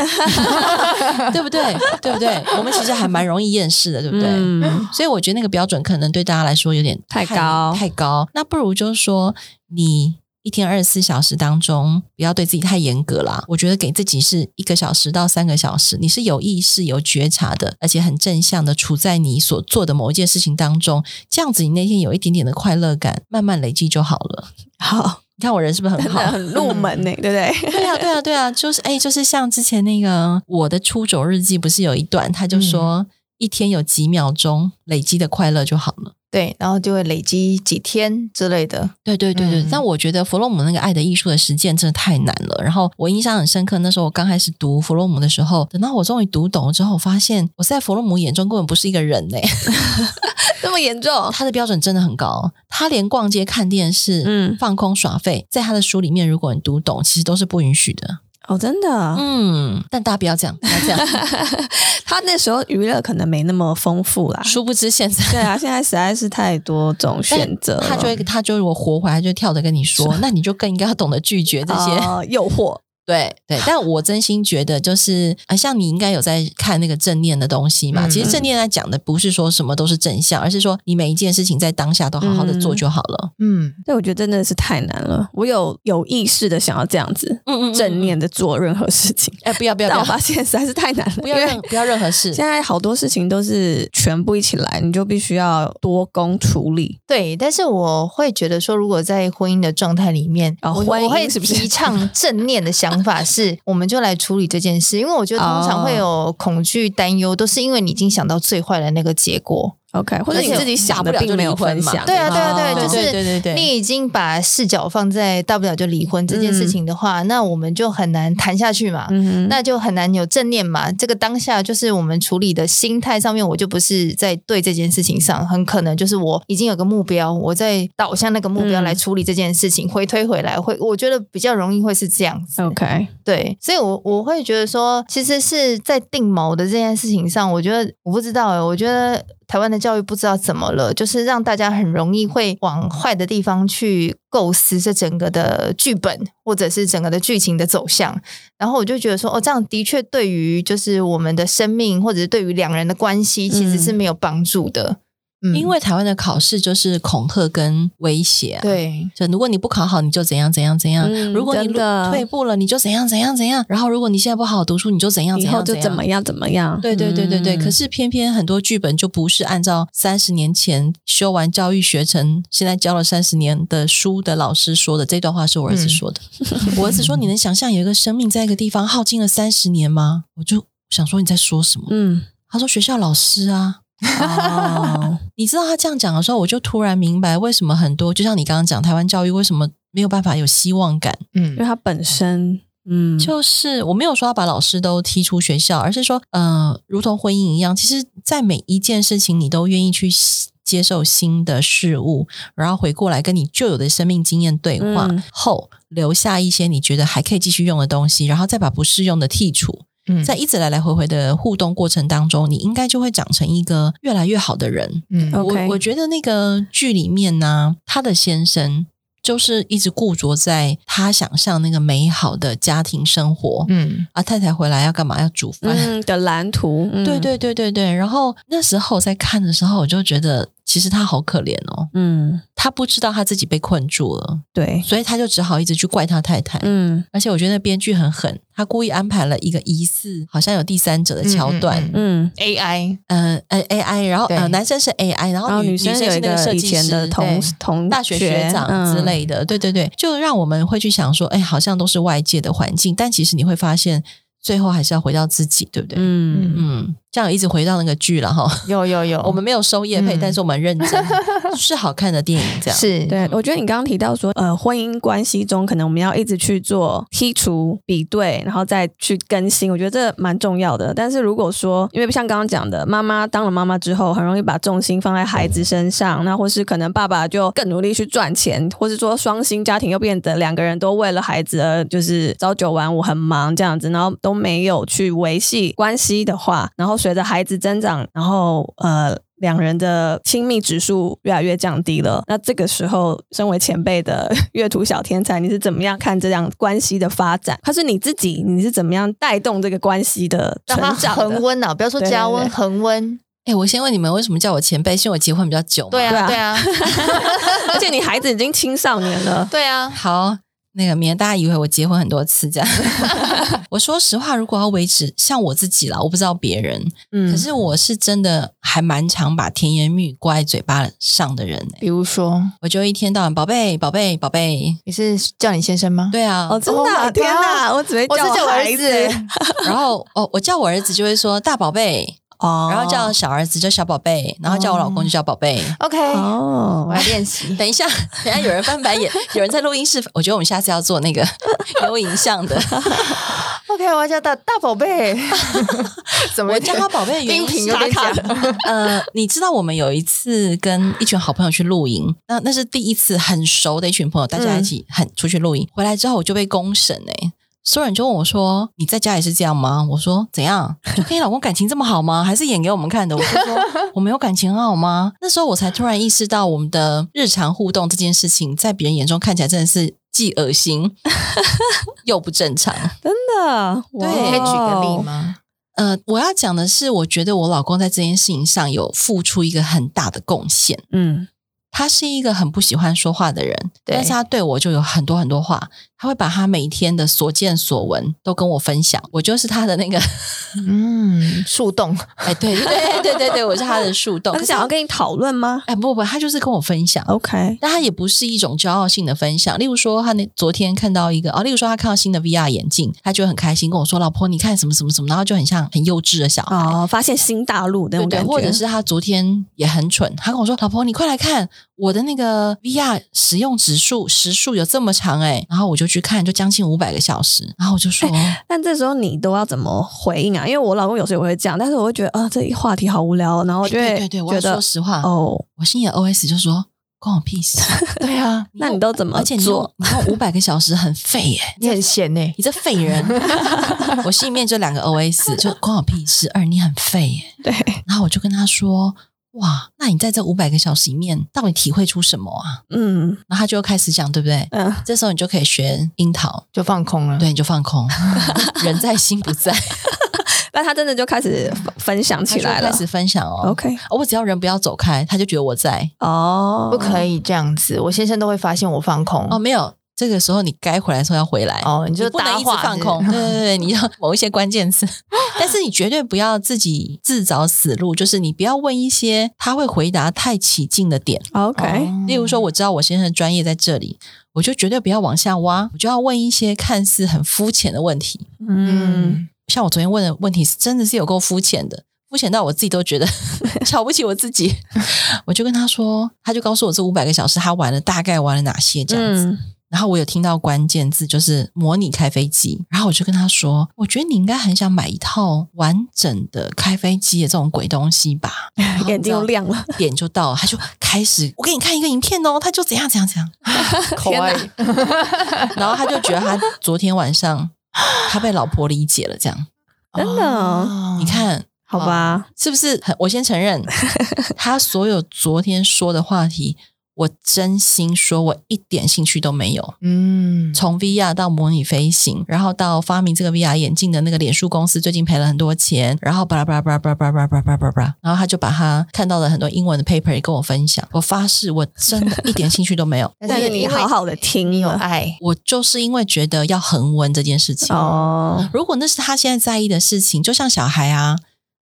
Speaker 3: 对不对？对不对？我们其实还蛮容易厌世的，对不对？
Speaker 2: 嗯
Speaker 3: 所以我觉得那个标准可能对大家来说有点
Speaker 2: 太高
Speaker 3: 太高。那不如就是说，你一天二十四小时当中，不要对自己太严格啦。我觉得给自己是一个小时到三个小时，你是有意识、有觉察的，而且很正向的处在你所做的某一件事情当中。这样子，你那天有一点点的快乐感，慢慢累积就好了。
Speaker 2: 好，
Speaker 3: 你看我人是不是很
Speaker 2: 真的
Speaker 3: 好？
Speaker 2: 很入门呢，对不 对？
Speaker 3: 对啊，对啊，对啊，就是哎，就是像之前那个我的出走日记，不是有一段，他就说。一天有几秒钟累积的快乐就好了。
Speaker 1: 对，然后就会累积几天之类的。
Speaker 3: 对对对对，
Speaker 1: 嗯
Speaker 3: 但我觉得弗洛姆那个《爱的艺术》的实践真的太难了。然后我印象很深刻，那时候我刚开始读弗洛姆的时候，等到我终于读懂了之后，我发现我在弗洛姆眼中根本不是一个人呢、
Speaker 2: 这么严重？
Speaker 3: 他的标准真的很高，他连逛街、看电视、
Speaker 2: 嗯
Speaker 3: 放空耍废，在他的书里面，如果你读懂，其实都是不允许的。
Speaker 2: 哦，真的，
Speaker 3: 嗯，但大家不要这样，不要 这样。
Speaker 2: 他那时候娱乐可能没那么丰富啦。
Speaker 3: 殊不知现在
Speaker 2: 对啊，现在实在是太多种选择了，
Speaker 3: 他就会，他就如果活回来，就跳着跟你说，那你就更应该要懂得拒绝这些。
Speaker 2: 哦诱惑。
Speaker 3: 对对，但我真心觉得就是啊，像你应该有在看那个正念的东西嘛。
Speaker 1: 嗯
Speaker 3: 其实正念在讲的不是说什么都是正向，而是说你每一件事情在当下都好好的做就好了。
Speaker 1: 嗯，
Speaker 2: 对，我觉得真的是太难了。我有有意识的想要这样子
Speaker 3: 嗯
Speaker 2: 正。念的做任何事情，
Speaker 3: 哎，不要不要不
Speaker 2: 但我
Speaker 3: 要
Speaker 2: 发现实在是太难了，
Speaker 3: 不
Speaker 2: 因
Speaker 3: 要
Speaker 2: 为
Speaker 3: 任不要任何事。
Speaker 2: 现在好多事情都是全部一起来，你就必须要多工处理。
Speaker 1: 对。但是我会觉得说，如果在婚姻的状态里面，
Speaker 2: 哦
Speaker 1: 我
Speaker 2: 婚姻
Speaker 1: 我会
Speaker 2: 是不是
Speaker 1: 提 倡正念的想法是，我们就来处理这件事，因为我觉得通常会
Speaker 2: 哦
Speaker 1: 有恐惧、担忧，都是因为你已经想到最坏的那个结果。
Speaker 2: OK，或者你
Speaker 3: 而且
Speaker 2: 自己想
Speaker 3: 大
Speaker 2: 的
Speaker 3: 不了就
Speaker 2: 并没有
Speaker 3: 离婚
Speaker 2: 分
Speaker 3: 嘛
Speaker 2: 享。
Speaker 1: 对啊，对啊，对啊，
Speaker 2: 哦
Speaker 1: 就是
Speaker 3: 对对对对
Speaker 1: 你已经把视角放在大不了就离婚这件事情的话，那我们就很难谈下去嘛。
Speaker 2: 嗯哼，
Speaker 1: 那就很难有正念嘛。这个当下就是我们处理的心态上面，我就不是在对这件事情上，很可能就是我已经有个目标，我在导向那个目标
Speaker 2: 嗯
Speaker 1: 来处理这件事情，回推回来会，我觉得比较容易会是这样子。
Speaker 2: OK，
Speaker 1: 对，所以我，我会觉得说，其实是在定锚的这件事情上，我觉得我不知道哎、我觉得台湾的教育不知道怎么了，就是让大家很容易会往坏的地方去构思这整个的剧本或者是整个的剧情的走向。然后我就觉得说，哦，这样的确对于就是我们的生命或者是对于两人的关系，其实是没有帮助的。嗯，
Speaker 3: 嗯因为台湾的考试就是恐吓跟威胁、啊，
Speaker 1: 对
Speaker 3: 就如果你不考好，你就怎样怎样怎样；
Speaker 2: 嗯
Speaker 3: 如果你
Speaker 2: 真的
Speaker 3: 退步了，你就怎样怎样怎样；然后如果你现在不好好读书，你就怎样
Speaker 2: 以
Speaker 3: 怎
Speaker 2: 后
Speaker 3: 样
Speaker 2: 就
Speaker 3: 样
Speaker 2: 怎么样怎么样。
Speaker 3: 对对对对对，
Speaker 2: 嗯
Speaker 3: 可是偏偏很多剧本就不是按照三十年前修完教育学程，现在教了三十年的书的老师说的这段话是我儿
Speaker 2: 嗯
Speaker 3: 子说的。我儿子说：“你能想象有一个生命在一个地方耗尽了三十年吗？”我就想说你在说什么？
Speaker 2: 嗯，
Speaker 3: 他说：“学校老师啊。”
Speaker 2: 哦，
Speaker 3: 你知道他这样讲的时候，我就突然明白为什么很多，就像你刚刚讲台湾教育为什么没有办法有希望感，
Speaker 2: 因
Speaker 1: 嗯
Speaker 2: 为它本身，嗯，
Speaker 3: 就是我没有说要把老师都踢出学校，而是说，呃，如同婚姻一样，其实，在每一件事情，你都愿意去接受新的事物，然后回过来跟你旧有的生命经验对话、
Speaker 2: 嗯
Speaker 3: 后，留下一些你觉得还可以继续用的东西，然后再把不适用的剔除。
Speaker 1: 嗯
Speaker 3: 在一直来来回回的互动过程当中，你应该就会长成一个越来越好的人。
Speaker 1: 嗯
Speaker 2: OK
Speaker 3: 我我觉得那个剧里面呢，他的先生就是一直固着在他想象那个美好的家庭生活、
Speaker 1: 嗯
Speaker 3: 啊，太太回来要干嘛？要煮饭。
Speaker 2: 嗯的蓝图，嗯
Speaker 3: 对，对对对对。然后那时候我在看的时候，我就觉得其实他好可怜哦，
Speaker 2: 嗯，
Speaker 3: 他不知道他自己被困住了，
Speaker 2: 对，
Speaker 3: 所以他就只好一直去怪他太太。
Speaker 2: 嗯
Speaker 3: 而且我觉得那编剧很狠，他故意安排了一个疑似好像有第三者的桥段，
Speaker 1: 嗯嗯
Speaker 2: 嗯，
Speaker 1: AI
Speaker 3: 呃呃 AI，然后
Speaker 1: 对
Speaker 3: 呃男生是 AI，然
Speaker 2: 然后
Speaker 3: 后女
Speaker 2: 生
Speaker 3: 生
Speaker 2: 有
Speaker 3: 是
Speaker 2: 一
Speaker 3: 那设
Speaker 2: 以
Speaker 3: 计
Speaker 2: 前
Speaker 3: 师
Speaker 2: 的同
Speaker 3: 对
Speaker 2: 同嗯
Speaker 3: 大学学
Speaker 1: 嗯
Speaker 3: 长之，类的，对对对，就让我们会去想说，哎，好像都是外界的环境，但其实你会发现，最后还是要回到自己，对不对？嗯
Speaker 2: 嗯
Speaker 1: 嗯
Speaker 3: 这样一直回到那个剧了哈。
Speaker 1: 有有有，
Speaker 3: 我们没有收业配，
Speaker 1: 嗯
Speaker 3: 但是我们认真，是好看的电影，这样
Speaker 1: 是
Speaker 2: 对，我觉得你刚刚提到说，呃，婚姻关系中可能我们要一直去做剔除、比对，然后再去更新，我觉得这蛮重要的。但是如果说，因为像刚刚讲的，妈妈当了妈妈之后，很容易把重心放在孩子身上，那或是可能爸爸就更努力去赚钱，或是说双薪家庭又变得两个人都为了孩子而就是朝九晚五很忙这样子，然后都没有去维系关系的话，然后随着孩子增长，然后呃。两人的亲密指数越来越降低了。那这个时候，身为前辈的 阅读小天才，你是怎么样看这样关系的发展？或是你自己，你是怎么样带动这个关系的成
Speaker 1: 让它
Speaker 2: 长
Speaker 1: 恒
Speaker 2: 的？
Speaker 1: 温啊，不要说
Speaker 2: 对对
Speaker 1: 加温，
Speaker 2: 对
Speaker 1: 恒温。
Speaker 3: 哎，我先问你们，为什么叫我前辈？是因为我结婚比较久吗？
Speaker 1: 对啊，
Speaker 2: 对
Speaker 1: 对啊，，
Speaker 2: 而且你孩子已经青少年了
Speaker 1: 对 啊，
Speaker 3: 好，那个免得大家以为我结婚很多 次这样。 我说实话，如果要维持像我自己啦，我不知道别人，
Speaker 1: 嗯
Speaker 3: 可是我是真的还蛮常把甜言蜜语挂在嘴巴上的人、欸、
Speaker 1: 比如说，
Speaker 3: 我就一天到晚宝贝宝贝宝贝，
Speaker 1: 你是叫你先生吗？
Speaker 3: 对啊，
Speaker 2: 哦，真的啊、
Speaker 1: Oh my
Speaker 2: 天哪！我只会
Speaker 1: 我是
Speaker 2: 叫
Speaker 1: 叫我
Speaker 2: 我
Speaker 1: 儿
Speaker 2: 孩
Speaker 1: 子，
Speaker 2: 子，
Speaker 3: 然后哦，我叫我儿子就会说大宝贝。
Speaker 2: 哦
Speaker 3: 然后叫小儿子叫小宝贝，然后叫我老公就叫宝贝。
Speaker 1: OK，我
Speaker 2: 哦
Speaker 1: 来练 习。
Speaker 3: 等一下，等一下，有人翻白眼，有人在录音室。我觉得我们下次要做那个 有影像的。
Speaker 1: OK，我要叫大大宝贝，怎么
Speaker 3: 我叫他宝贝的原
Speaker 1: 音
Speaker 3: 因
Speaker 1: 频
Speaker 3: 是
Speaker 1: 有点假？
Speaker 3: 呃， 你知道我们有一次跟一群好朋友去露营，那那是第一次很熟的一群朋友，大家一起很出去露营，回来之后我就被公审哎、所有人就问我说：“你在家也是这样吗？”我说：“怎样？就跟你老公感情这么好吗？还是演给我们看的？”我就说：“我没有感情很好吗？”那时候我才突然意识到，我们的日常互动这件事情，在别人眼中看起来真的是既恶心又不正常。
Speaker 2: 真的，
Speaker 3: 对
Speaker 1: 你
Speaker 2: 哇哦
Speaker 1: 可以举个例？吗？
Speaker 3: 呃，我要讲的是，我觉得我老公在这件事情上有付出一个很大的贡献。
Speaker 2: 嗯，
Speaker 3: 他是一个很不喜欢说话的人，
Speaker 1: 对
Speaker 3: 但是他对我就有很多很多话，他会把他每天的所见所闻都跟我分享。我就是他的那个，
Speaker 1: 嗯，树洞。
Speaker 3: 哎，对对对对对对，我是 他的树洞。
Speaker 2: 他
Speaker 3: 可
Speaker 2: 是
Speaker 3: 是
Speaker 2: 想要跟你讨论吗
Speaker 3: 哎不不，他就是跟我分享。
Speaker 2: ？OK，
Speaker 3: 但他也不是一种骄傲性的分享，例如说他那昨天看到一个哦，例如说他看到新的 VR 眼镜，他就很开心跟我说：“老婆，你看什么什么什么。”然后就很像很幼稚的小孩，
Speaker 2: 哦，发现新大陆那
Speaker 3: 对
Speaker 2: 种
Speaker 3: 对，
Speaker 2: 感觉，
Speaker 3: 或者是他昨天也很蠢，他跟我说：“老婆，你快来看我的那个 VR 使用指数时数有这么长哎、然后我就去看，就将近五百个小时。然后我就说：“
Speaker 2: 但这时候你都要怎么回应啊？因为我老公有时候也会这样，但是我会觉得啊、这一话题好无聊，哦然后 我就
Speaker 3: 哎对
Speaker 2: 会
Speaker 3: 对对，我
Speaker 2: 觉
Speaker 3: 要
Speaker 2: 得
Speaker 3: 说实话，
Speaker 2: 哦，
Speaker 3: 我心里的 OS 就说关我 屁事。
Speaker 1: 对啊，
Speaker 2: 那你都怎么
Speaker 3: 而且你
Speaker 2: 做
Speaker 3: 用？你用五百个小时很废耶、
Speaker 1: 你很闲呢、
Speaker 3: 你这废 人！ 我心里面就两个 OS，就关我屁事。二，你很废耶、
Speaker 2: 对，
Speaker 3: 然后我就跟他说：“哇，那你在这五百个小时里面到底体会出什么啊
Speaker 2: 嗯？”
Speaker 3: 然后他就开始讲，对不对？
Speaker 2: 嗯，
Speaker 3: 这时候你就可以学樱桃，
Speaker 1: 就放空了。
Speaker 3: 对，你就放空，人在心不在，
Speaker 2: 但他真的就开始分分享起来
Speaker 3: 他就
Speaker 2: 了
Speaker 3: 开。始分享哦。
Speaker 2: OK，
Speaker 3: 我只要人不要走开，他就觉得我在
Speaker 2: 哦，
Speaker 1: 不可
Speaker 2: 以，
Speaker 1: 以这样子，我先生都会发现我放空。
Speaker 3: 哦。没有，这个时候你该回来的时候要回来
Speaker 1: 嗯哦，你就
Speaker 3: 不能
Speaker 1: 搭
Speaker 3: 一直
Speaker 1: 话哦
Speaker 3: 放
Speaker 1: 是
Speaker 3: 空， 对对对，你要某一些关键词，但是你绝对不要自己自找死路，就是你不要问一些他会回答太起劲的点。
Speaker 2: OK，
Speaker 1: 哦
Speaker 3: 例如说，我知道我先生的专业在这里，我就绝对不要往下挖，我就要问一些看似很肤浅的问题。
Speaker 2: 嗯，
Speaker 1: 嗯，
Speaker 3: 像我昨天问的问题是真的是有够肤浅的，肤浅到我自己都觉得 瞧不起我自己。 我就跟他说，他就告诉我这五百个小时他玩了大概玩了哪些这样子。
Speaker 2: 嗯，
Speaker 3: 然后我有听到关键字就是模拟开飞机，然后我就跟他说，我觉得你应该很想买一套完整的开飞机的这种鬼东西吧。然后
Speaker 2: 嗯眼睛又
Speaker 3: 你知道
Speaker 2: 亮了，
Speaker 3: 点就到了，他就开始我给你看一个影片哦，他就怎样怎样怎样，
Speaker 1: 口
Speaker 2: 天
Speaker 1: 爱
Speaker 2: 哪
Speaker 3: 然后他就觉得他昨天晚上他被老婆理解了，这样
Speaker 2: 真的哦
Speaker 1: 嗯
Speaker 3: 你，看
Speaker 2: 好吧，
Speaker 3: 是不是很？我先 承认，他所有昨天说的话题，我真心说，我一点兴趣都没有。
Speaker 1: 嗯，
Speaker 3: 从 VR 到模拟飞行，然后到发明这个 VR 眼镜的那个脸书公司，最近赔了很多钱，然后巴拉巴拉巴拉巴拉巴拉巴拉巴拉巴拉巴拉，然后他就把他看到的很多英文的 paper 也跟我分享。我发誓，我真的一点兴趣都没有。
Speaker 1: 但
Speaker 2: 但
Speaker 1: 是
Speaker 2: 是
Speaker 1: 你
Speaker 2: 你好好的听
Speaker 1: 有
Speaker 2: 了，
Speaker 1: 爱，
Speaker 3: 我就是因为觉得要恒温这件事情，
Speaker 2: 哦，
Speaker 3: 如果那是他现在在意的事情，就像小孩啊，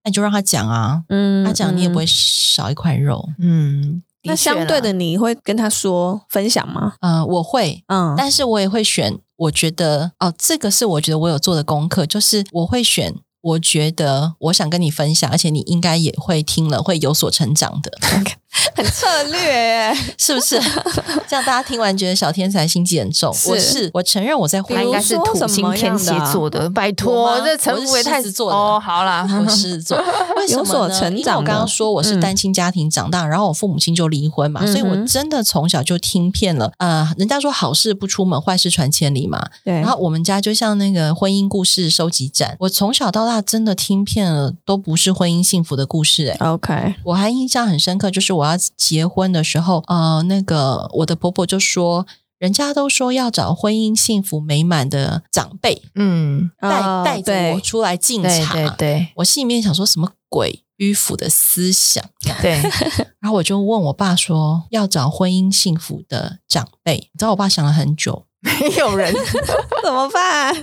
Speaker 3: 那你就让他讲啊，
Speaker 2: 嗯
Speaker 3: 他讲你也不。
Speaker 2: 嗯
Speaker 3: 会少一块肉。
Speaker 1: 嗯，
Speaker 2: 那相对的，你会跟他说分享吗？
Speaker 3: 嗯、我会，
Speaker 2: 嗯，
Speaker 3: 但是我也会选。我觉得哦，这个是我觉得我有做的功课，就是我会选。我觉得我想跟你分享，而且你应该也会听了，会有所成长的，
Speaker 2: 很策略耶。
Speaker 3: 是不是？这样大家听完觉得小天才心机很重，
Speaker 2: 是
Speaker 3: 我是我承认我在
Speaker 1: 他
Speaker 3: 花
Speaker 1: 应该是土星天蝎座的，拜
Speaker 3: 我
Speaker 1: 托，
Speaker 3: 吗
Speaker 1: 这城府也
Speaker 3: 我
Speaker 1: 太
Speaker 3: 是狮子座的
Speaker 1: 哦，好啦，
Speaker 3: 我 狮子 座，为什么呢
Speaker 2: 有所成长的嗯
Speaker 3: 因为我刚刚说我是单亲家庭长大，然后我父母亲就离婚嘛，
Speaker 2: 嗯哼
Speaker 3: 所以我真的从小就听遍了。呃，人家说好事不出门，坏事传千里嘛。
Speaker 2: 对，
Speaker 3: 然后我们家就像那个婚姻故事收集站，我从小到大真的听遍了，都不是婚姻幸福的故事、欸。哎，
Speaker 2: OK，
Speaker 3: 我还印象很深刻，就是我要结婚的时候，呃，那个我的婆婆就说。人家都说要找婚姻幸福美满的长辈，
Speaker 1: 嗯，
Speaker 3: 带、
Speaker 2: 哦
Speaker 3: 带着我
Speaker 2: 对
Speaker 3: 出来敬
Speaker 1: 对
Speaker 3: 茶。
Speaker 1: 对 对
Speaker 3: 我心里面想说什么鬼迂腐的思想，
Speaker 1: 对，
Speaker 3: 然后我就问我爸说要找婚姻幸福的长辈，你知道我爸想了很久，
Speaker 1: 没有人，
Speaker 2: 怎么办？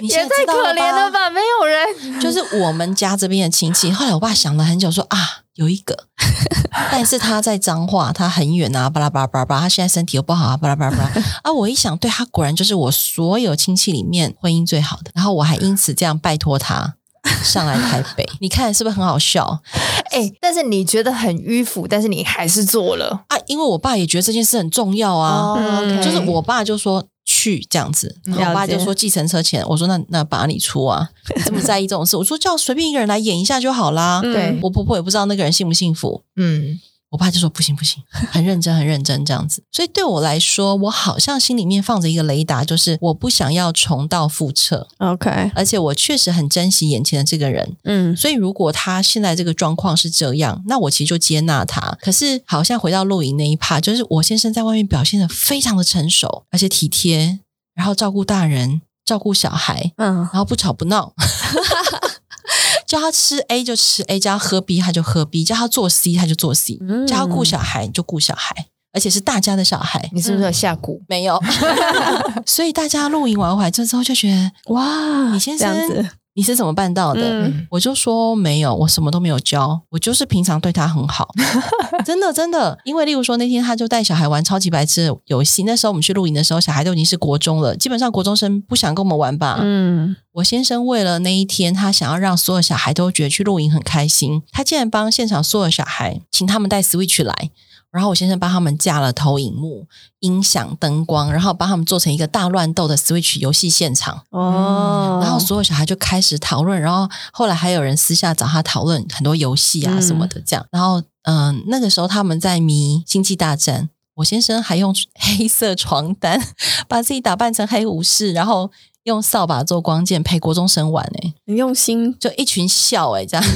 Speaker 3: 你
Speaker 1: 也
Speaker 3: 现在
Speaker 1: 太
Speaker 3: 知道
Speaker 1: 可
Speaker 3: 了
Speaker 1: 怜了吧，没有人，
Speaker 3: 就是我们家这边的亲戚。后来我爸想了很久说，啊，有一个， 但是他在彰化，他很远啊，巴拉巴拉巴拉巴拉，他现在身体又不好啊，巴拉巴拉巴拉。 啊，我一想，对他果然就是我所有亲戚里面婚姻最好的。然后我还因此这样拜托他，上来台北， 你看是不是很好笑
Speaker 1: 哎、但是你觉得很迂腐，但是你还是做了
Speaker 3: 啊？因为我爸也觉得这件事很重要啊，
Speaker 2: 嗯
Speaker 1: OK
Speaker 3: 就是我爸就说。去这样子，然后我爸
Speaker 2: 了解
Speaker 3: 就说计程车钱，我说那那把你出啊，你这么在意这种事，我说叫随便一个人来演一下就好 啦。
Speaker 2: 嗯
Speaker 1: 对
Speaker 3: 我婆婆也不知道那个人幸不幸福，
Speaker 1: 嗯
Speaker 3: 我爸就说不行不行，很认真很认真这样子。所以对我来说，我好像心里面放着一个雷达，就是我不想要重蹈覆辙，
Speaker 2: ，OK，
Speaker 3: 而且我确实很珍惜眼前的这个人。
Speaker 2: 嗯，
Speaker 3: 所以如果他现在这个状况是这样，那我其实就接纳他。可是好像回到露营那一趴，就是我先生在外面表现的非常的成熟，而且体贴，然后照顾大人，照顾小孩，
Speaker 2: 嗯，
Speaker 3: 然后不吵不闹。叫他吃 A 就吃 A，叫他喝 B 他就喝 B，叫他做 C 他就做 C，
Speaker 2: 嗯
Speaker 3: 叫他顾小孩就顾小孩，而且是大家的小孩。
Speaker 1: 你是不是有下蛊？
Speaker 3: 没有， 所以大家露营完回来之后就觉得
Speaker 2: 哇，
Speaker 3: 你先
Speaker 2: 这样
Speaker 3: 生
Speaker 2: 子，
Speaker 3: 你是怎么办到的？
Speaker 2: 嗯
Speaker 3: 我就说没有，我什么都没有教，我就是平常对他很好，真的真的。因为例如说那天他就带小孩玩超级白痴的游戏，那时候我们去露营的时候，小孩都已经是国中了，基本上国中生不想跟我们玩吧。
Speaker 2: 嗯，
Speaker 3: 我先生为了那一天，他想要让所有小孩都觉得去露营很开心，他竟然帮现场所有小孩，请他们带 Switch 来。然后我先生帮他们架了投影幕、音响、灯光，然后帮他们做成一个大乱斗的 Switch 游戏现场。
Speaker 2: 哦，
Speaker 3: 然后所有小孩就开始讨论，然后后来还有人私下找他讨论很多游戏啊
Speaker 2: 嗯
Speaker 3: 什么的，这样。然后嗯、那个时候他们在迷《星际大战》，我先生还用 黑色床单把自己打扮成黑武士，然后用扫把做光剑陪国中生玩、欸，
Speaker 2: 很用心，
Speaker 3: 就一群笑哎、这样。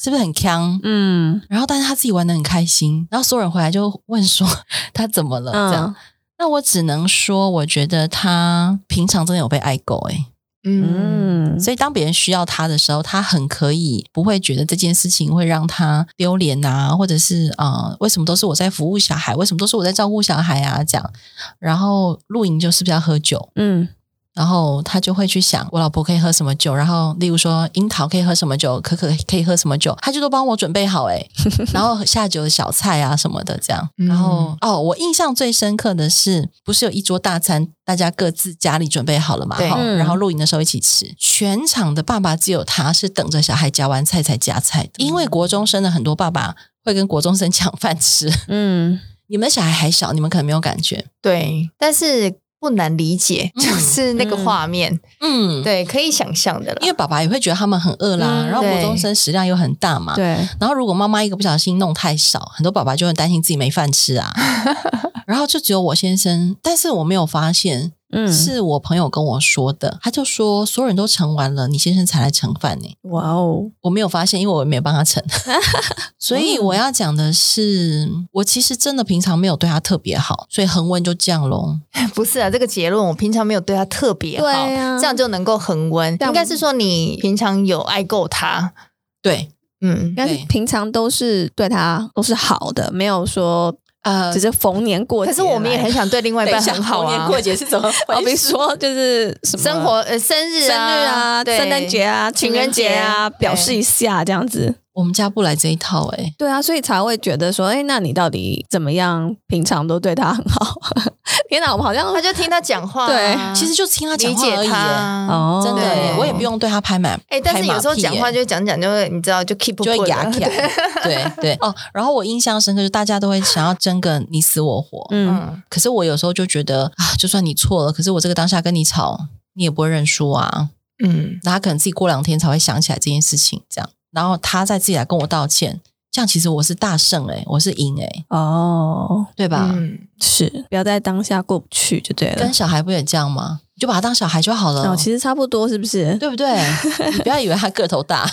Speaker 3: 是不是很强？
Speaker 2: 嗯
Speaker 3: 然后，但是他自己玩的很开心，然后所有人回来就问说 他怎么了？这样，
Speaker 2: 嗯
Speaker 3: 那我只能说，我觉得他平常真的有被爱够哎、
Speaker 1: 嗯，
Speaker 2: 嗯，
Speaker 3: 所以当别人需要他的时候，他很可以不会觉得这件事情会让他丢脸啊，或者是呃，为什么都是我在服务小孩，为什么都是我在照顾小孩啊？这样，然后露营就是不是要喝酒？
Speaker 2: 嗯
Speaker 3: 然后他就会去想，我老婆可以喝什么酒，然后例如说樱桃可以喝什么酒，可可可以喝什么酒，他就都帮我准备好诶、然后下酒的小菜啊什么的这样。然后哦，我印象最深刻的是，不是有一桌大餐，大家各自家里准备好了嘛，
Speaker 1: 对
Speaker 3: 哈
Speaker 2: 嗯
Speaker 3: 然后露营的时候一起吃，全场的爸爸只有他是等着小孩夹完菜才夹菜的，因为国中生的很多爸爸会跟国中生抢饭吃，
Speaker 2: 嗯，
Speaker 3: 你们小孩还小，你们可能没有感觉，
Speaker 1: 对，但是不难理解，
Speaker 3: 嗯
Speaker 1: 就是那个画面，
Speaker 3: 嗯。
Speaker 1: 对，可以想象的啦。
Speaker 3: 因为爸爸也会觉得他们很饿啦，
Speaker 2: 嗯
Speaker 3: 然后国中生食量又很大嘛，
Speaker 2: 对，
Speaker 3: 然后如果妈妈一个不小心弄太少，很多爸爸就会担心自己没饭吃啊。然后就只有我先生，但是我没有发现，
Speaker 2: 嗯，
Speaker 3: 是我朋友跟我说的，他就说所有人都盛完了，你先生才来盛饭呢、
Speaker 2: 哇哦，
Speaker 3: 我没有发现，因为我也没有帮他盛。所以我要讲的是，我其实真的平常没有对他特别好，所以恒温就这样喽。
Speaker 1: 不是啊，这个结论我平常没有对他特别好，
Speaker 2: 对啊
Speaker 1: 这样就能够恒温。
Speaker 2: 样
Speaker 1: 应该是说你平常有爱够他，
Speaker 3: 对，
Speaker 1: 嗯
Speaker 2: 应，该是
Speaker 3: 对
Speaker 2: 平常都是对他都是好的，没有说
Speaker 3: 呃
Speaker 2: 只，是逢年过节
Speaker 1: 可
Speaker 2: 来。
Speaker 1: 是我们也很想对另外一半很好
Speaker 3: 逢
Speaker 1: 啊。
Speaker 3: 年过节是怎么回事？
Speaker 2: 好比说就是什么
Speaker 1: 生活、呃生日
Speaker 2: 生日啊、
Speaker 1: 啊、对
Speaker 2: 圣诞节啊、情人节啊，
Speaker 1: 对
Speaker 2: 表示一下这样子。
Speaker 3: 我们家不来这一套哎、
Speaker 2: 对啊，所以才会觉得说，哎，那你到底怎么样？平常都对他很好。 天哪，我们好像
Speaker 1: 他就听他讲话、啊
Speaker 2: 对
Speaker 3: 其实就听他讲
Speaker 1: 理
Speaker 3: 话
Speaker 1: 解
Speaker 3: 而已、欸。
Speaker 1: 他。
Speaker 2: 哦，
Speaker 3: 真的耶、
Speaker 1: 对
Speaker 3: 我也不用对他拍满。
Speaker 1: 哎、但是有时候讲话
Speaker 3: 就
Speaker 1: 就讲讲，就会你知道就 keep 不
Speaker 3: 就会
Speaker 1: 住
Speaker 3: 牙
Speaker 1: 了
Speaker 3: 起来。对对 哦，然后我印象深刻，就大家都会想要争个你死我活。
Speaker 2: 嗯
Speaker 1: 嗯，
Speaker 3: 可是我有时候就觉得啊，就算你错了，可是我这个当下跟你吵，你也不会认输啊。
Speaker 1: 嗯，
Speaker 3: 那他可能自己过两天才会想起来这件事情，这样，然后他再自己来跟我道歉，这样其实我是大胜诶、我是赢诶、哎
Speaker 2: 哦，
Speaker 3: 对吧？
Speaker 1: 嗯
Speaker 2: 是不要在当下过不去就对了
Speaker 3: 跟。小孩不也这样吗？你就把他当小孩就好了，
Speaker 2: 哦，其实差不多，是不是？
Speaker 3: 对不对？你不要以为他个头大，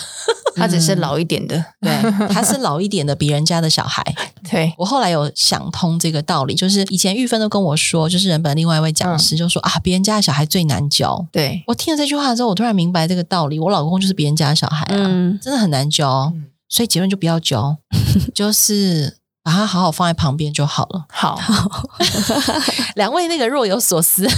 Speaker 1: 他只是老一点的，
Speaker 3: 对，他是老一点的比人家的小孩，
Speaker 1: 对，
Speaker 3: 我后来有想通这个道理，就是以前玉芬都跟我说，就是人本另外一位讲
Speaker 1: 嗯
Speaker 3: 师就说、啊，别人家的小孩最难教。
Speaker 1: 对，
Speaker 3: 我听了这句话之后，我突然明白这个道理。我老公就是别人家的小孩啊，
Speaker 2: 嗯，
Speaker 3: 真的很难教，哦
Speaker 1: 嗯
Speaker 3: 所以结论就不 要教，就是把他好好放在旁边就好了。
Speaker 1: 好，
Speaker 3: 两位那个若有所思，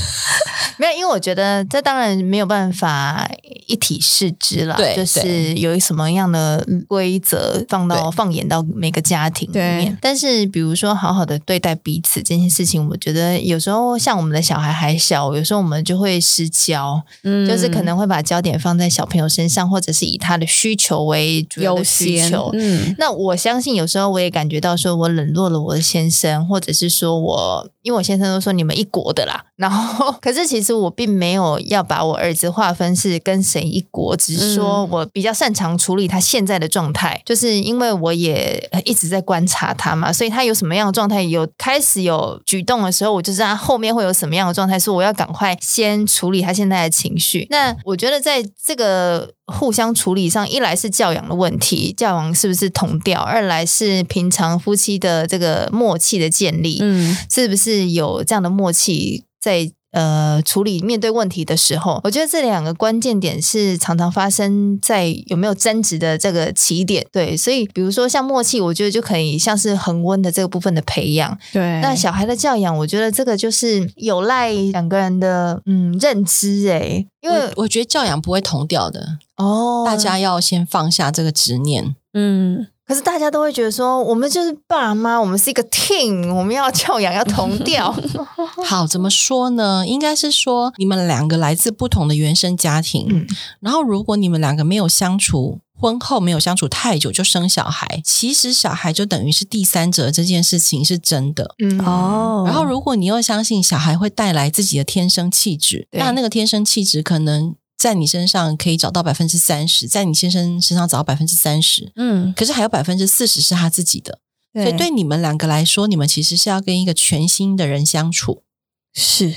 Speaker 1: 没有，因为我觉得这当然没有办法一体视之啦，
Speaker 3: 对
Speaker 1: 就是
Speaker 3: 对
Speaker 1: 有什么样的规则放到
Speaker 3: 对
Speaker 1: 放眼到每个家庭里面。但是比如说好好的对待彼此这件事情，我觉得有时候像我们的小孩还小，有时候我们就会失焦，
Speaker 2: 嗯
Speaker 1: 就是可能会把焦点放在小朋友身上，或者是以他的需求为主要
Speaker 2: 优
Speaker 1: 的需
Speaker 2: 先
Speaker 1: 求，。
Speaker 2: 嗯，
Speaker 1: 那我相信有时候我也感觉到，说我冷落了我的先生，或者是说我，因为我先生都说你们一国的啦，然后 可是其实我并没有要把我儿子划分是跟谁一国，只是说我比较擅长处理他现在的状态，就是因为我也呃一直在观察他嘛，所以他有什么样的状态，有开始有举动的时候，我就知道他后面会有什么样的状态，所以我要赶快先处理他现在的情绪。那我觉得在这个互相处理上，一来是教养的问题，教养是不是同调；二来是平常夫妻的这个默契的建立，
Speaker 2: 嗯，
Speaker 1: 是不是有这样的默契在？呃，处理面对问题的时候，我觉得这两个关键点是常常发生在有没有争执的这个起点。对，所以比如说像默契，我觉得就可以像是恒温的这个部分的培养，
Speaker 2: 对
Speaker 1: 那小孩的教养，我觉得这个就是有赖两个人的嗯认知诶、因为
Speaker 3: 我我觉得教养不会同调的，
Speaker 1: 哦
Speaker 3: 大家要先放下这个执念。
Speaker 2: 嗯，
Speaker 1: 可是大家都会觉得说，我们就是爸妈，我们是一个 team，我们要教养要同调，
Speaker 3: 好，怎么说呢？应该是说你们两个来自不同的原生家庭，
Speaker 1: 嗯
Speaker 3: 然后如果你们两个没有相处。婚后没有相处太久就生小孩，其实小孩就等于是第三者，这件事情是真的。
Speaker 1: 嗯，
Speaker 2: 哦，
Speaker 3: 然后，如果你又相信小孩会带来自己的天生气质，
Speaker 1: 对
Speaker 3: 那那个天生气质可能在你身上可以找到百分之三十，在你先生身上找到百分之三十，
Speaker 2: 嗯，
Speaker 3: 可是还有百分之四十是他自己的。所以对你们两个来说，你们其实是要跟一个全新的人相处。
Speaker 2: 是，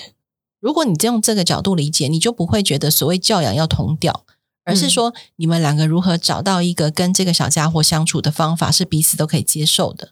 Speaker 3: 如果你用这个角度理解，你就不会觉得所谓教养要同调，而
Speaker 2: 嗯
Speaker 3: 是说你们两个如何找到一个跟这个小家伙相处的方法，是彼此都可以接受的。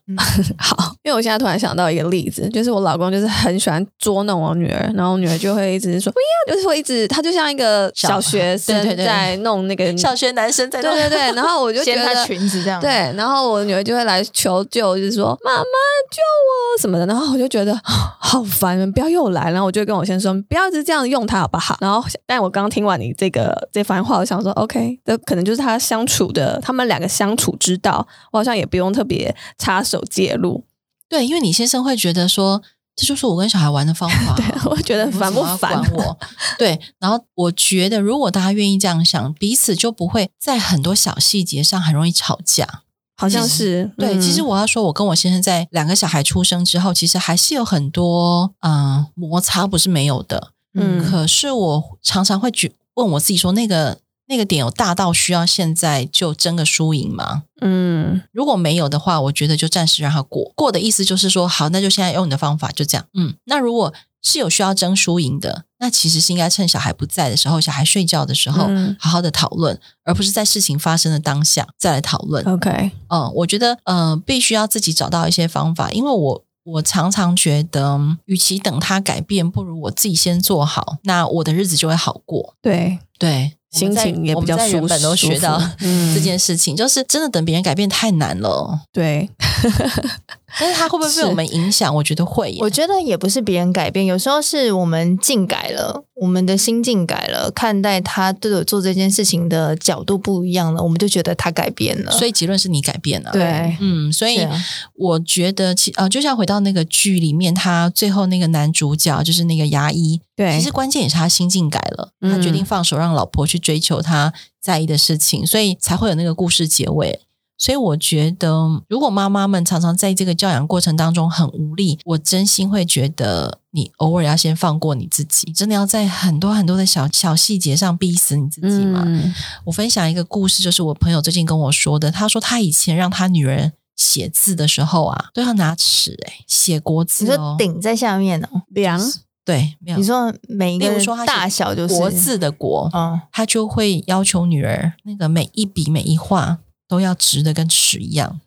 Speaker 2: 好， 因为我现在突然想到一个例子，就是我老公就是很喜欢捉弄我女儿，然后我女儿就会一直说不要，就是会一直，她就像一个
Speaker 3: 小
Speaker 2: 小学
Speaker 3: 对
Speaker 2: 生
Speaker 3: 对对
Speaker 2: 在弄那个，
Speaker 3: 小学男生在
Speaker 2: 对嗯对对，然后我就觉
Speaker 1: 掀她
Speaker 2: 得。
Speaker 1: 裙子这样，
Speaker 2: 对，，然后我女儿就会来求救，就是说妈妈救我什么的，然后我就觉得好烦，你们不要又来，然后我就跟我先生说不要一直这样用他好不好？然后但我刚刚听完你这个这番话，我想说 OK，这可能就是他相处的，他们两个相处之道，我好像也不用特别插手介入，
Speaker 3: 对，因为你先生会觉得说，这就是我跟小孩玩的方法啊、
Speaker 2: 对， 我觉得
Speaker 3: 你为
Speaker 2: 烦
Speaker 3: 什
Speaker 2: 不
Speaker 3: 么要
Speaker 2: 烦？啊
Speaker 3: 管我， 对。然后我觉得，如果大家愿意这样想，彼此就不会在很多小细节上很容易吵架。
Speaker 2: 好像是
Speaker 3: 对，
Speaker 2: 嗯
Speaker 3: 其实我要说，我跟我先生在两个小孩出生之后，其实还是有很多嗯、呃摩擦，不是没有的。
Speaker 2: 嗯
Speaker 3: 可是我常常会觉问我自己说，那个那个点有大到需要现在就争个输赢吗？
Speaker 2: 嗯
Speaker 3: 如果没有的话，我觉得就暂时让他过。过的意思就是说，好，那就现在用你的方法，就这样。嗯，那如果是有需要争输赢的，那其实是应该趁小孩不在的时候，小孩睡觉的时候，
Speaker 2: 嗯
Speaker 3: 好好的讨论，而不是在事情发生的当下再来讨论。
Speaker 2: ，OK，
Speaker 3: 嗯，我觉得呃，必须要自己找到一些方法，因为我我常常觉得，嗯与其等他改变，不如我自己先做好，那我的日子就会好过。
Speaker 2: 对，
Speaker 3: 对，我
Speaker 2: 心
Speaker 3: 们在
Speaker 2: 情也
Speaker 3: 我
Speaker 2: 比较
Speaker 3: 们在
Speaker 2: 舒
Speaker 3: 原本都
Speaker 2: 舒
Speaker 3: 学
Speaker 2: 服
Speaker 3: 到
Speaker 2: 嗯
Speaker 3: 这件事情，就是真的等别人改变太难了。
Speaker 2: 对，
Speaker 3: 但是他会不会
Speaker 2: 是
Speaker 3: 被我们影响？我觉得会耶。
Speaker 1: 我觉得也不是别人改变，有时候是我们境改了，我们的心境改了，看待他对我做这件事情的角度不一样了，我们就觉得他改变了，
Speaker 3: 所
Speaker 1: 以
Speaker 3: 以结论是你改变了。
Speaker 2: 对
Speaker 3: 嗯，所以
Speaker 1: 啊
Speaker 3: 我觉得其呃，就像回到那个剧里面，他最后那个男主角就是那个牙医，
Speaker 2: 对
Speaker 3: 其实关键也是他心境改了，
Speaker 2: 嗯
Speaker 3: 他决定放手让老婆去追求他在意的事情，所以才会有那个故事结尾。所以我觉得，如果妈妈们常常在这个教养过程当中很无力，我真心会觉得，你偶尔要先放过你自己，真的要在很多很多的小小细节上逼死你自己嘛。
Speaker 2: 嗯
Speaker 3: 我分享一个故事，就是我朋友最近跟我说的。他说他以前让他女儿写字的时候啊，都要拿尺哎、写国
Speaker 1: 你
Speaker 3: 字
Speaker 1: 说
Speaker 3: 哦。
Speaker 1: 顶在下面哦，
Speaker 2: 凉
Speaker 3: 对，没有
Speaker 1: 你。说每一
Speaker 3: 嗯例
Speaker 1: 个
Speaker 3: 如说他写
Speaker 1: 大小就是
Speaker 3: 国嗯字的国，
Speaker 1: 哦，
Speaker 3: 他就会要求女儿那个每一笔每一画都要直的跟尺一样。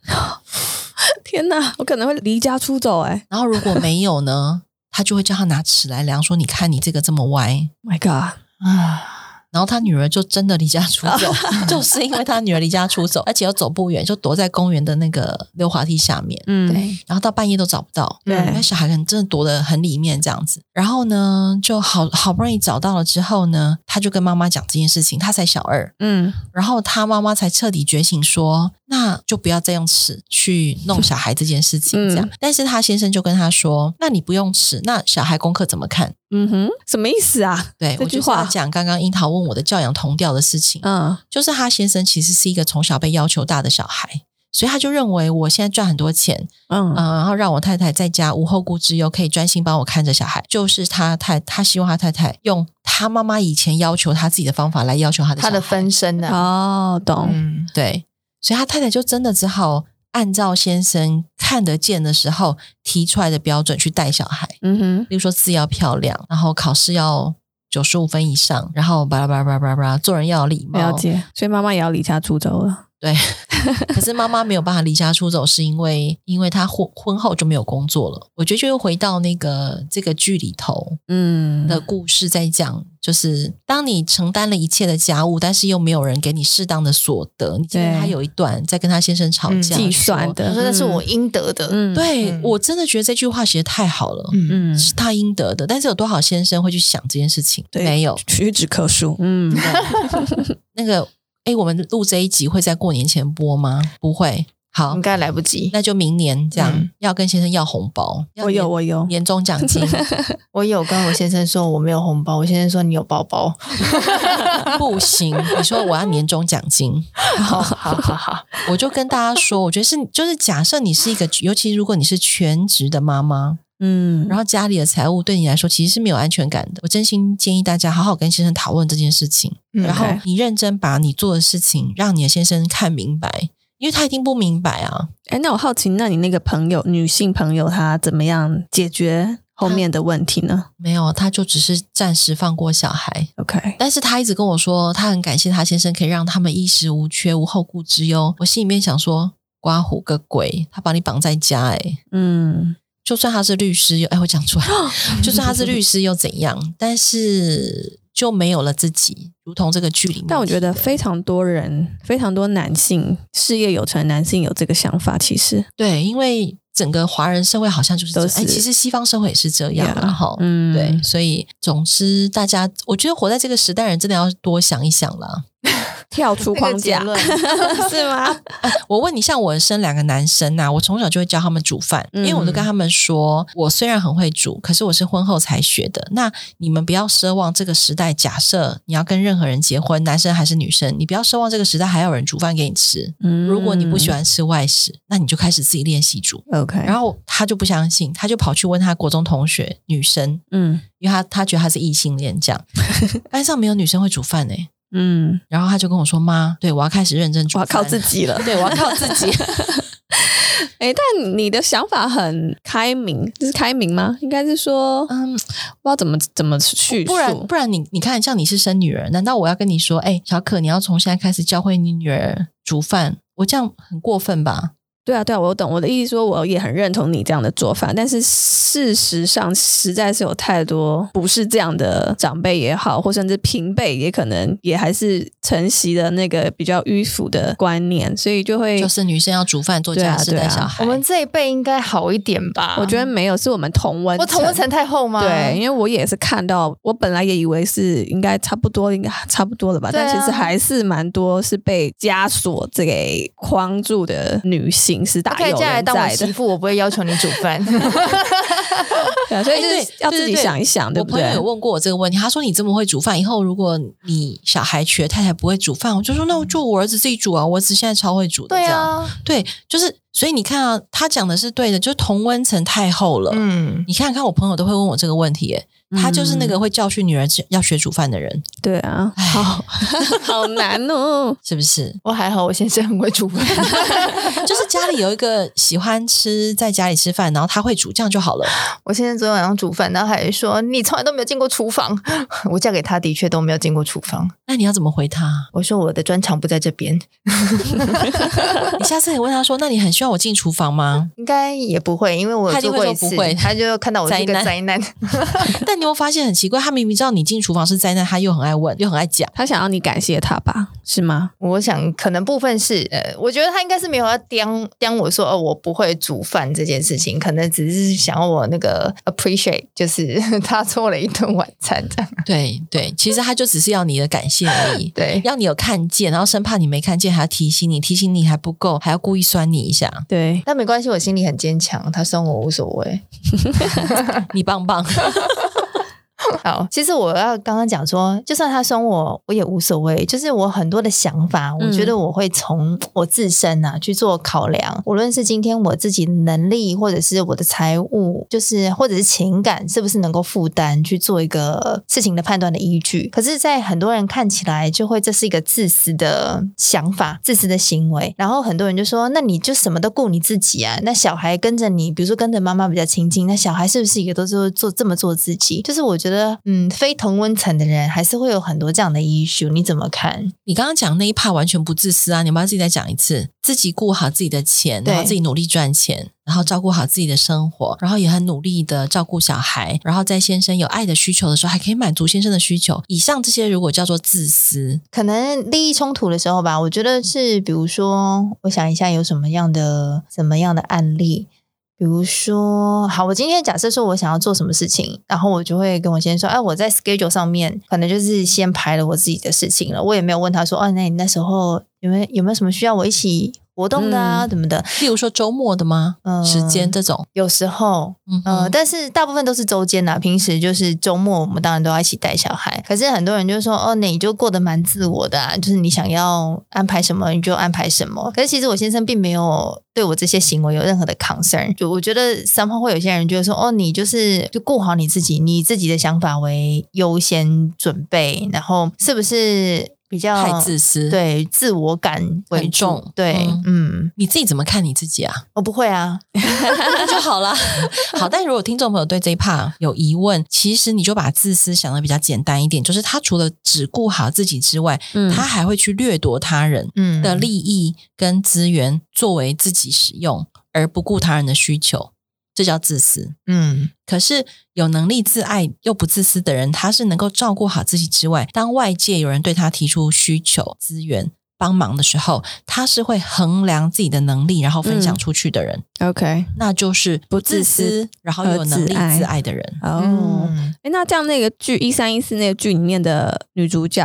Speaker 2: 天哪，我可能会离家出走哎、
Speaker 3: 然后如果没有 呢，他就会叫他拿尺来量，说你看你这个这么歪。
Speaker 2: My Oh God，
Speaker 1: 啊，
Speaker 3: 然后他女儿就真的离家出 走，就是因为他女儿离家出走， 而且又走不远，就躲在公园的那个溜滑梯下面，
Speaker 2: 嗯，
Speaker 1: 对，
Speaker 3: 然后到半夜都找不到。
Speaker 2: 对
Speaker 3: 那小孩可能真的躲得很里面这样子。然后呢，就好好不容易找到了之后呢，他就跟妈妈讲这件事情，他才小二，
Speaker 2: 嗯，
Speaker 3: 然后他妈妈才彻底觉醒说，那就不要再用尺去弄小孩这件事情，
Speaker 2: 嗯
Speaker 3: 这样。 但是他先生就跟他说，那你不用尺，那小孩功课怎么看？
Speaker 2: 嗯哼，什么意思啊？
Speaker 3: 对
Speaker 2: 这
Speaker 3: 我
Speaker 2: 句
Speaker 3: 就是要
Speaker 2: 话，
Speaker 3: 讲刚刚樱桃问我的教养同调的事情，
Speaker 2: 嗯
Speaker 3: 就是他先生其实是一个从小被要求大的小孩。所以他就认为我现在赚很多钱，
Speaker 2: 嗯
Speaker 3: 嗯、然后让我太太在家无后顾之忧，可以专心帮我看着小孩。就是他太，他希望他太太用他妈妈以前要求他自己的方法来要求他的
Speaker 1: 他
Speaker 3: 小孩
Speaker 1: 的分身啊
Speaker 3: 啊
Speaker 1: 呢、
Speaker 2: 哦，懂，
Speaker 1: 嗯，
Speaker 3: 对，所以他太太就真的只好按照先生看得见的时候提出来的标准去带小孩，
Speaker 2: 嗯哼，
Speaker 3: 例如说字要漂亮，然后考试要九十五分以上，然后巴拉巴拉巴拉巴拉巴拉，做人要有礼貌。
Speaker 2: 了解。所以妈妈也要离家出走了。
Speaker 3: 对，可是妈妈没有办法离家出走，是因为因为她婚婚后就没有工作了。我觉得就又回到那个这个剧里头，
Speaker 2: 嗯
Speaker 3: 的故事在讲，就是当你承担了一切的家务，但是又没有人给你适当的所得。你记得
Speaker 2: 对
Speaker 3: 他有一段在跟他先生吵架，
Speaker 1: 嗯
Speaker 2: 计算
Speaker 3: 说。
Speaker 1: 我
Speaker 2: 的，
Speaker 1: 说那是我应得的，
Speaker 2: 嗯，嗯，
Speaker 3: 对、
Speaker 1: 嗯
Speaker 3: 我真的觉得这句话写的太好了。
Speaker 1: 嗯
Speaker 2: 嗯，
Speaker 3: 是他应得的，但是有多少先生会去想这件事情？
Speaker 2: 对
Speaker 3: 没有。
Speaker 2: 屈指可数。嗯，
Speaker 3: 那个，哎，我们录这一集会在过年前播吗？不会。好
Speaker 1: 应，该来不及。
Speaker 3: 那就明年这样、
Speaker 1: 嗯
Speaker 3: 要跟先生要红包。要
Speaker 2: 我有，
Speaker 3: 年
Speaker 2: 我有。
Speaker 3: 年终奖金，
Speaker 1: 我有跟我先生说我没有红包，我先生说你有包包。
Speaker 3: 不行。你说我要年终奖金，
Speaker 1: 好好好好，
Speaker 3: 我就跟大家说，我觉得是就是假设你是一个，尤其如果你是全职的妈妈，
Speaker 2: 嗯，
Speaker 3: 然后家里的财务对你来说其实是没有安全感的。我真心建议大家好好跟先生讨论这件事情，
Speaker 1: 嗯
Speaker 3: 然后
Speaker 2: OK
Speaker 3: 你认真把你做的事情让你的先生看明白，因为他一定不明白啊。
Speaker 2: 哎，那我好奇，那你那个朋友，女性朋友，她怎么样解决后面的问题呢
Speaker 3: 没有，他就只是暂时放过小孩，
Speaker 2: ？OK，
Speaker 3: 但是他一直跟我说，他很感谢他先生可以让他们衣食无缺、无后顾之忧。我心里面想说，刮胡个鬼，他把你绑在家、欸，哎，
Speaker 2: 嗯，
Speaker 3: 就算他是律师，又哎，我讲出来， 就算他是律师又怎样？但是就没有了自己，如同这个剧里面。
Speaker 2: 但我觉得非常多人，非常多男性，事业有成的男性有这个想法，其实，
Speaker 3: 对，因为整个华人社会好像就是这
Speaker 2: 都
Speaker 3: 样，
Speaker 2: 是
Speaker 3: 哎，其实西方社会也是这样啊，
Speaker 2: Yeah，
Speaker 3: 然后。
Speaker 2: 嗯，
Speaker 3: 对，所以总之，大家我觉得活在这个时代，人真的要多想一想啦。
Speaker 2: 跳出框架
Speaker 1: 这个结
Speaker 2: 是吗？
Speaker 3: 我问你，像我生两个男生啊呐、我从小就会教他们煮饭，
Speaker 2: 嗯
Speaker 3: 因为我都跟他们说，我虽然很会煮，可是我是婚后才学的。那你们不要奢望这个时代，假设你要跟任何人结婚，男生还是女生，你不要奢望这个时代还有人煮饭给你吃。
Speaker 2: 嗯
Speaker 3: 如果你不喜欢吃外食，那你就开始自己练习煮。
Speaker 2: ，OK，
Speaker 3: 然后他就不相信，他就跑去问他国中同学女生，
Speaker 2: 嗯
Speaker 3: 因为他他觉得他是异性恋，这样班上没有女生会煮饭呢、
Speaker 2: 嗯，
Speaker 3: 然后他就跟我说：“妈，对我要开始认真煮
Speaker 2: 我
Speaker 3: 饭
Speaker 2: 要
Speaker 3: 了，
Speaker 2: 靠自己了。
Speaker 3: 对，我要靠自己。”
Speaker 2: 哎，但你的想法很开明，这是开明吗？应该是说，嗯，
Speaker 3: 嗯
Speaker 2: 不知道怎么怎么叙述，
Speaker 3: 不然不然你你看，像你是生女儿，难道我要跟你说，哎、小可，你要从现在开始教会你女儿煮饭？我这样很过分吧？
Speaker 2: 对啊，对啊，我懂我的意思，说我也很认同你这样的做法，但是事实上实在是有太多不是这样的长辈也好，或甚至平辈也可能也还是承袭的那个比较迂腐的观念，所以就会、
Speaker 3: 就是女生要煮饭做家事
Speaker 2: 对啊对
Speaker 3: 带
Speaker 2: 啊
Speaker 3: 小孩。
Speaker 1: 我们这一辈应该好一点吧？
Speaker 2: 我觉得没有是我们同温，
Speaker 1: 啊我同啊温层。太厚吗？
Speaker 2: 对，因为我也是看到，我本来也以为是应该差不多，应该差不多了吧，
Speaker 1: 对啊
Speaker 2: 但其实还是蛮多是被枷锁这给框住的女性是大
Speaker 1: 可以
Speaker 2: 有
Speaker 1: 嫁来
Speaker 2: 人
Speaker 1: 当我
Speaker 2: 在的
Speaker 1: 媳。妇，我不会要求你煮饭。
Speaker 2: 对啊，所以就
Speaker 3: 哎
Speaker 2: 是
Speaker 3: 对
Speaker 2: 要自
Speaker 3: 对
Speaker 2: 己
Speaker 3: 对
Speaker 2: 想一想，对
Speaker 3: 我
Speaker 2: 不
Speaker 3: 朋
Speaker 2: 对
Speaker 3: 友？有问过我这个问题，他说：“你这么会煮饭，以后如果你小孩娶了太太不会煮饭，我就说那我就我儿子自己煮啊，我儿子现在超会煮的。”
Speaker 1: 对，啊，
Speaker 3: 对，就是所以你看啊，他讲的是对的，就是同温层太厚了。
Speaker 1: 嗯，
Speaker 3: 你看看，我朋友都会问我这个问题耶，他就是那个会教训女儿要学煮饭的人，
Speaker 2: 对啊，
Speaker 3: 哎
Speaker 2: 好好难哦。
Speaker 3: 是不是？
Speaker 1: 我还好，我先生很会煮饭。
Speaker 3: 就是家里有一个喜欢吃，在家里吃饭，然后他会煮，这样就好了。
Speaker 1: 我先生昨天晚上煮饭，然后还说你从来都没有进过厨房。 我嫁给他的确都没有进过厨房。
Speaker 3: 那你要怎么回他？
Speaker 1: 我说我的专长不在这边。
Speaker 3: 你下次可以问他说：“那你很需要我进厨房吗？
Speaker 1: 应该也不会，因为我
Speaker 3: 他
Speaker 1: 有做过
Speaker 3: 一定会
Speaker 1: 一
Speaker 3: 说
Speaker 1: 次
Speaker 3: 不会，
Speaker 1: 他就看到我是一个
Speaker 3: 灾
Speaker 1: 灾难。
Speaker 3: 但你有没有发现很奇怪？他明明知道你进厨房是灾难，他又很爱问，又很爱讲。
Speaker 2: 他想要你感谢他吧？是吗？
Speaker 1: 我想可能部分是，呃，我觉得他应该是没有要刁刁我说，哦，我不会煮饭这件事情，可能只是想要我那个 appreciate，就是 他做了一顿晚餐这样。。
Speaker 3: 对对，其实他就只是要你的感谢而已
Speaker 1: 对，
Speaker 3: 要你有看见，然后生怕你没看见，还要提醒你，提醒你还不够，还要故意酸你一下。
Speaker 2: 对，
Speaker 1: 但没关系，我心里很坚强，他送我无所谓。
Speaker 3: 你棒棒，
Speaker 1: 好，其实我要刚刚讲说，就算他送我，我也无所谓。就是我很多的想法，我觉得我会从我自身啊去做考量，无论是今天我自己能力，或者是我的财务，就是或者是情感，是不是能够负担去做一个事情的判断的依据。可是，在很多人看起来，就会这是一个自私的想法、自私的行为。然后很多人就说：“那你就什么都顾你自己啊？那小孩跟着你，比如说跟着妈妈比较亲近，那小孩是不是也都是做这么做自己？”就是我觉得，嗯，非同温层的人还是会有很多这样的 issue。你怎么看？
Speaker 3: 你刚刚讲那一 part 完全不自私啊！你们要自己再讲一次，自己顾好自己的钱，
Speaker 1: 对
Speaker 3: 然后自己努力赚钱，然后照顾好自己的生活，然后也很努力的照顾小孩，然后在先生有爱的需求的时候，还可以满足先生的需求。以上这些如果叫做自私，
Speaker 1: 可能利益冲突的时候吧，我觉得是，比如说，我想一下有什么样的、什么样的案例。比如说，好，我今天假设说我想要做什么事情，然后我就会跟我先生说，哎、我在 schedule 上面可能就是先排了我自己的事情了，我也没有问他说，哦，那你那时候有没有有没有什么需要我一起活动的啊，
Speaker 2: 嗯
Speaker 1: 怎么的？
Speaker 3: 例如说周末的吗？
Speaker 1: 嗯
Speaker 3: 时间这种，
Speaker 1: 有时候，
Speaker 3: 嗯
Speaker 1: 呃，
Speaker 3: 哼，
Speaker 1: 但是大部分都是周间啦，平时就是周末，我们当然都要一起带小孩。可是很多人就说，哦，你就过得蛮自我的啊，就是你想要安排什么你就安排什么。可是其实我先生并没有对我这些行为有任何的 concern。就我觉得三炮会有些人就会说，哦，你就是就顾好你自己，你以自己的想法为优先准备，然后是不是比较
Speaker 3: 太自私。，
Speaker 1: 嗯对自我感为
Speaker 3: 很
Speaker 1: 主
Speaker 3: 重
Speaker 1: 对，嗯，
Speaker 3: 你自己怎么看你自己啊？
Speaker 1: 我不会啊，
Speaker 3: 那就好了。 好，但如果听众朋友对这一 part 有疑问，其实你就把自私想的比较简单一点，就是他除了只顾好自己之外，
Speaker 2: 嗯
Speaker 3: 他还会去掠夺他人
Speaker 1: 嗯
Speaker 3: 的利益跟资源作为自己使用，而不顾他人的需求，这叫自私。
Speaker 1: 嗯。
Speaker 3: 可是有能力自爱又不自私的人，他是能够照顾好自己之外，当外界有人对他提出需求、资源、帮忙的时候，他是会衡量自己的能力，然后分享
Speaker 2: 嗯
Speaker 3: 出去的人。
Speaker 2: ，OK，
Speaker 3: 那就是
Speaker 2: 不
Speaker 3: 自
Speaker 2: 自
Speaker 3: 私
Speaker 2: 私，
Speaker 3: 然后又有能
Speaker 2: 和自
Speaker 3: 力
Speaker 2: 爱
Speaker 3: 自爱的人。
Speaker 2: 哦、
Speaker 1: 嗯，
Speaker 2: 哎，那这样那个剧一三一四那个剧里面的女主角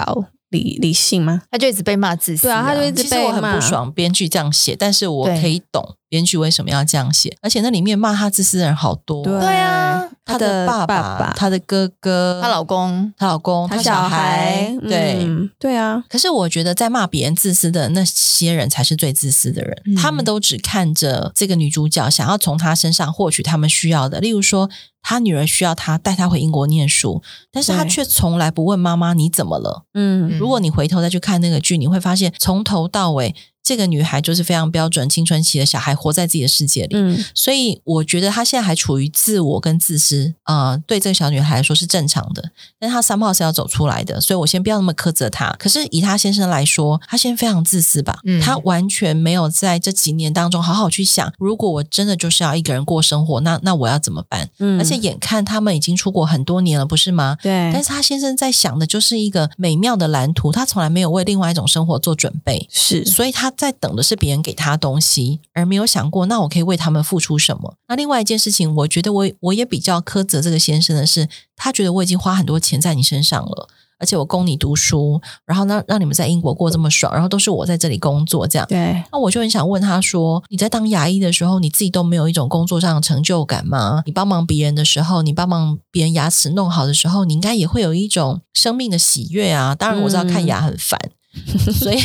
Speaker 2: 李李信吗？
Speaker 1: 他就一直被骂自私、
Speaker 2: 对啊他就一直
Speaker 3: 其实我很不爽编剧这样写，但是我
Speaker 1: 对
Speaker 3: 可以懂编剧为什么要这样写。而且那里面骂他自私的人好多，哦
Speaker 2: 对
Speaker 1: 对啊，
Speaker 3: 他的爸
Speaker 2: 爸
Speaker 3: 爸、他的哥哥、
Speaker 1: 她老公，
Speaker 3: 她老公、
Speaker 2: 他
Speaker 3: 哦她小
Speaker 2: 孩，
Speaker 3: 对。
Speaker 2: 嗯对啊，
Speaker 3: 可是我觉得，在骂别人自私的那些人才是最自私的人。
Speaker 1: 嗯
Speaker 3: 他们都只看着这个女主角，想要从她身上获取他们需要的。例如说，她女儿需要她带她回英国念书，但是她
Speaker 2: 对
Speaker 3: 却从来不问妈妈你怎么了。
Speaker 2: 嗯
Speaker 3: 如果你回头再去看那个剧，你会发现从头到尾，这个女孩就是非常标准青春期的小孩，活在自己的世界里。
Speaker 2: 嗯
Speaker 3: 所以我觉得她现在还处于自我跟自私，呃，对这个小女孩来说是正常的，但她三炮是要走出来的，所以我先不要那么苛责她。可是以她先生来说，他现在非常自私吧？
Speaker 1: 嗯
Speaker 3: 他完全没有在这几年当中好好去想，如果我真的就是要一个人过生活，那那我要怎么办？
Speaker 2: 嗯
Speaker 3: 而且眼看他们已经出国很多年了，不是吗？
Speaker 2: 对，
Speaker 3: 但是他先生在想的就是一个美妙的蓝图，他从来没有为另外一种生活做准备，
Speaker 2: 是
Speaker 3: 所以他在等的是别人给他东西，而没有想过那我可以为他们付出什么。那另外一件事情，我觉得我我也比较苛责这个先生的是，他觉得我已经花很多钱在你身上了。而且我供你读书，然后呢，让你们在英国过这么爽，然后都是我在这里工作这样。
Speaker 2: 对，
Speaker 3: 那我就很想问他说：“你在当牙医的时候，你自己都没有一种工作上的成就感吗？你帮忙别人的时候，你帮忙别人牙齿弄好的时候，你应该也会有一种生命的喜悦啊！当然，我知道看牙很烦，
Speaker 1: 嗯
Speaker 3: 所以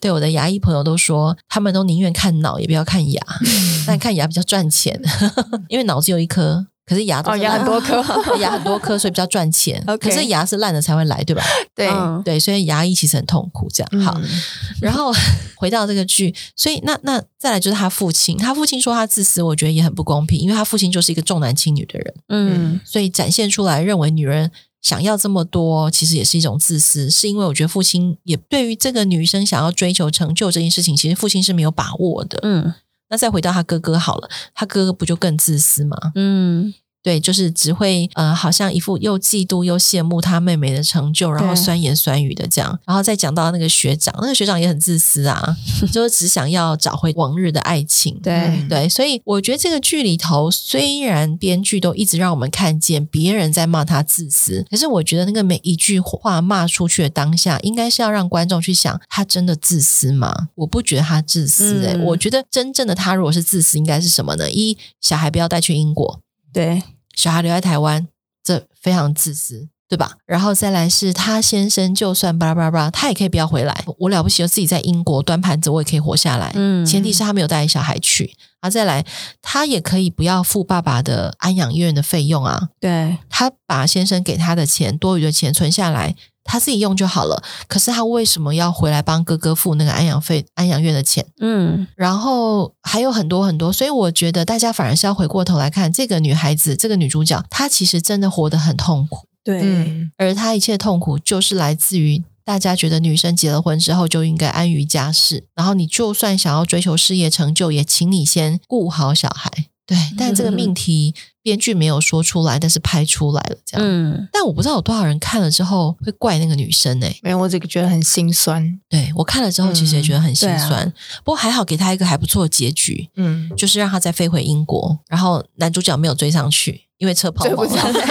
Speaker 3: 对我的牙医朋友都说，他们都宁愿看脑也不要看牙，
Speaker 1: 嗯
Speaker 3: 但看牙比较 赚钱，因为脑子有一颗，可是牙都
Speaker 1: 哦，
Speaker 3: 是
Speaker 1: 也
Speaker 3: 烂
Speaker 1: 很多 颗，
Speaker 2: 嗯
Speaker 3: 的 牙很多颗，所以比较 赚钱。
Speaker 2: OK
Speaker 3: 可是牙是烂的才会来，对吧？
Speaker 1: 对，
Speaker 2: 嗯
Speaker 3: 对，所以牙医其实很痛苦。这
Speaker 1: 嗯
Speaker 3: 样好。”然后 回到这个剧，所以那那再来就是他父亲，他父亲说他自私，我觉得也很不公平，因为他父亲就是一个重男轻女的人，
Speaker 2: 嗯
Speaker 3: 所以展现出来认为女人想要这么多，其实也是一种自私，是因为我觉得父亲也对于这个女生想要追求成就这件事情，其实父亲是没有把握的。
Speaker 2: 嗯
Speaker 3: 那再回到他哥哥好了，他哥哥不就更自私吗？
Speaker 2: 嗯，
Speaker 3: 对，就是只会呃，好像一副又嫉妒又羡慕他妹妹的成就，然后
Speaker 2: 对
Speaker 3: 酸言酸语的这样。然后再讲到那个学长，那个学长也很自 私啊，就是只想要找回往日的爱情。
Speaker 2: 对
Speaker 1: 嗯
Speaker 3: 对，所以我觉得这个剧里头，虽然编剧都一直让我们看见别人在骂他自私，可是我觉得那个每一句话骂出去的当下，应该是要让观众去想，他真的自私吗？我不觉得他自私、欸，
Speaker 2: 嗯
Speaker 3: 我觉得真正的他如果是自私，应该是什么呢？一，小孩不要带去英国，
Speaker 2: 对，
Speaker 3: 小孩留在台湾，这非常自私，对吧？然后再来是他先生，就算巴拉巴拉巴拉，他也可以不要回来。我了不起，就自己在英国端盘子，我也可以活下来。
Speaker 2: 嗯
Speaker 3: 前提是他没有带小孩去。啊，再来，他也可以不要付爸爸的安养院的费用啊。
Speaker 2: 对，
Speaker 3: 他把先生给他的钱，多余的钱存下来，他自己用就好了。可是他为什么要回来帮哥哥付那个安养费、安养院的钱？
Speaker 2: 嗯，
Speaker 3: 然后还有很多很多，所以我觉得大家反而是要回过头来看这个女孩子，这个女主角，她其实真的活得很痛苦，
Speaker 2: 对，
Speaker 1: 嗯，
Speaker 3: 而她一切痛苦就是来自于大家觉得女生结了婚之后就应该安于家室，然后你就算想要追求事业成就，也请你先顾好小孩。对，但这个
Speaker 2: 嗯
Speaker 3: 命题编剧没有说出来，但是拍出来了这样。
Speaker 2: 嗯，
Speaker 3: 但我不知道有多少人看了之后会怪那个女生呢、
Speaker 1: 没有，我这个觉得很心酸。
Speaker 3: 对我看了之后，其实也觉得很心
Speaker 2: 嗯对啊
Speaker 3: 酸。不过还好给她一个还不错的结局。
Speaker 1: 嗯，
Speaker 3: 就是让他再飞回英国，然后男主角没有追上去，因为车抛
Speaker 1: 对不
Speaker 3: 锚
Speaker 1: 起，
Speaker 3: 了。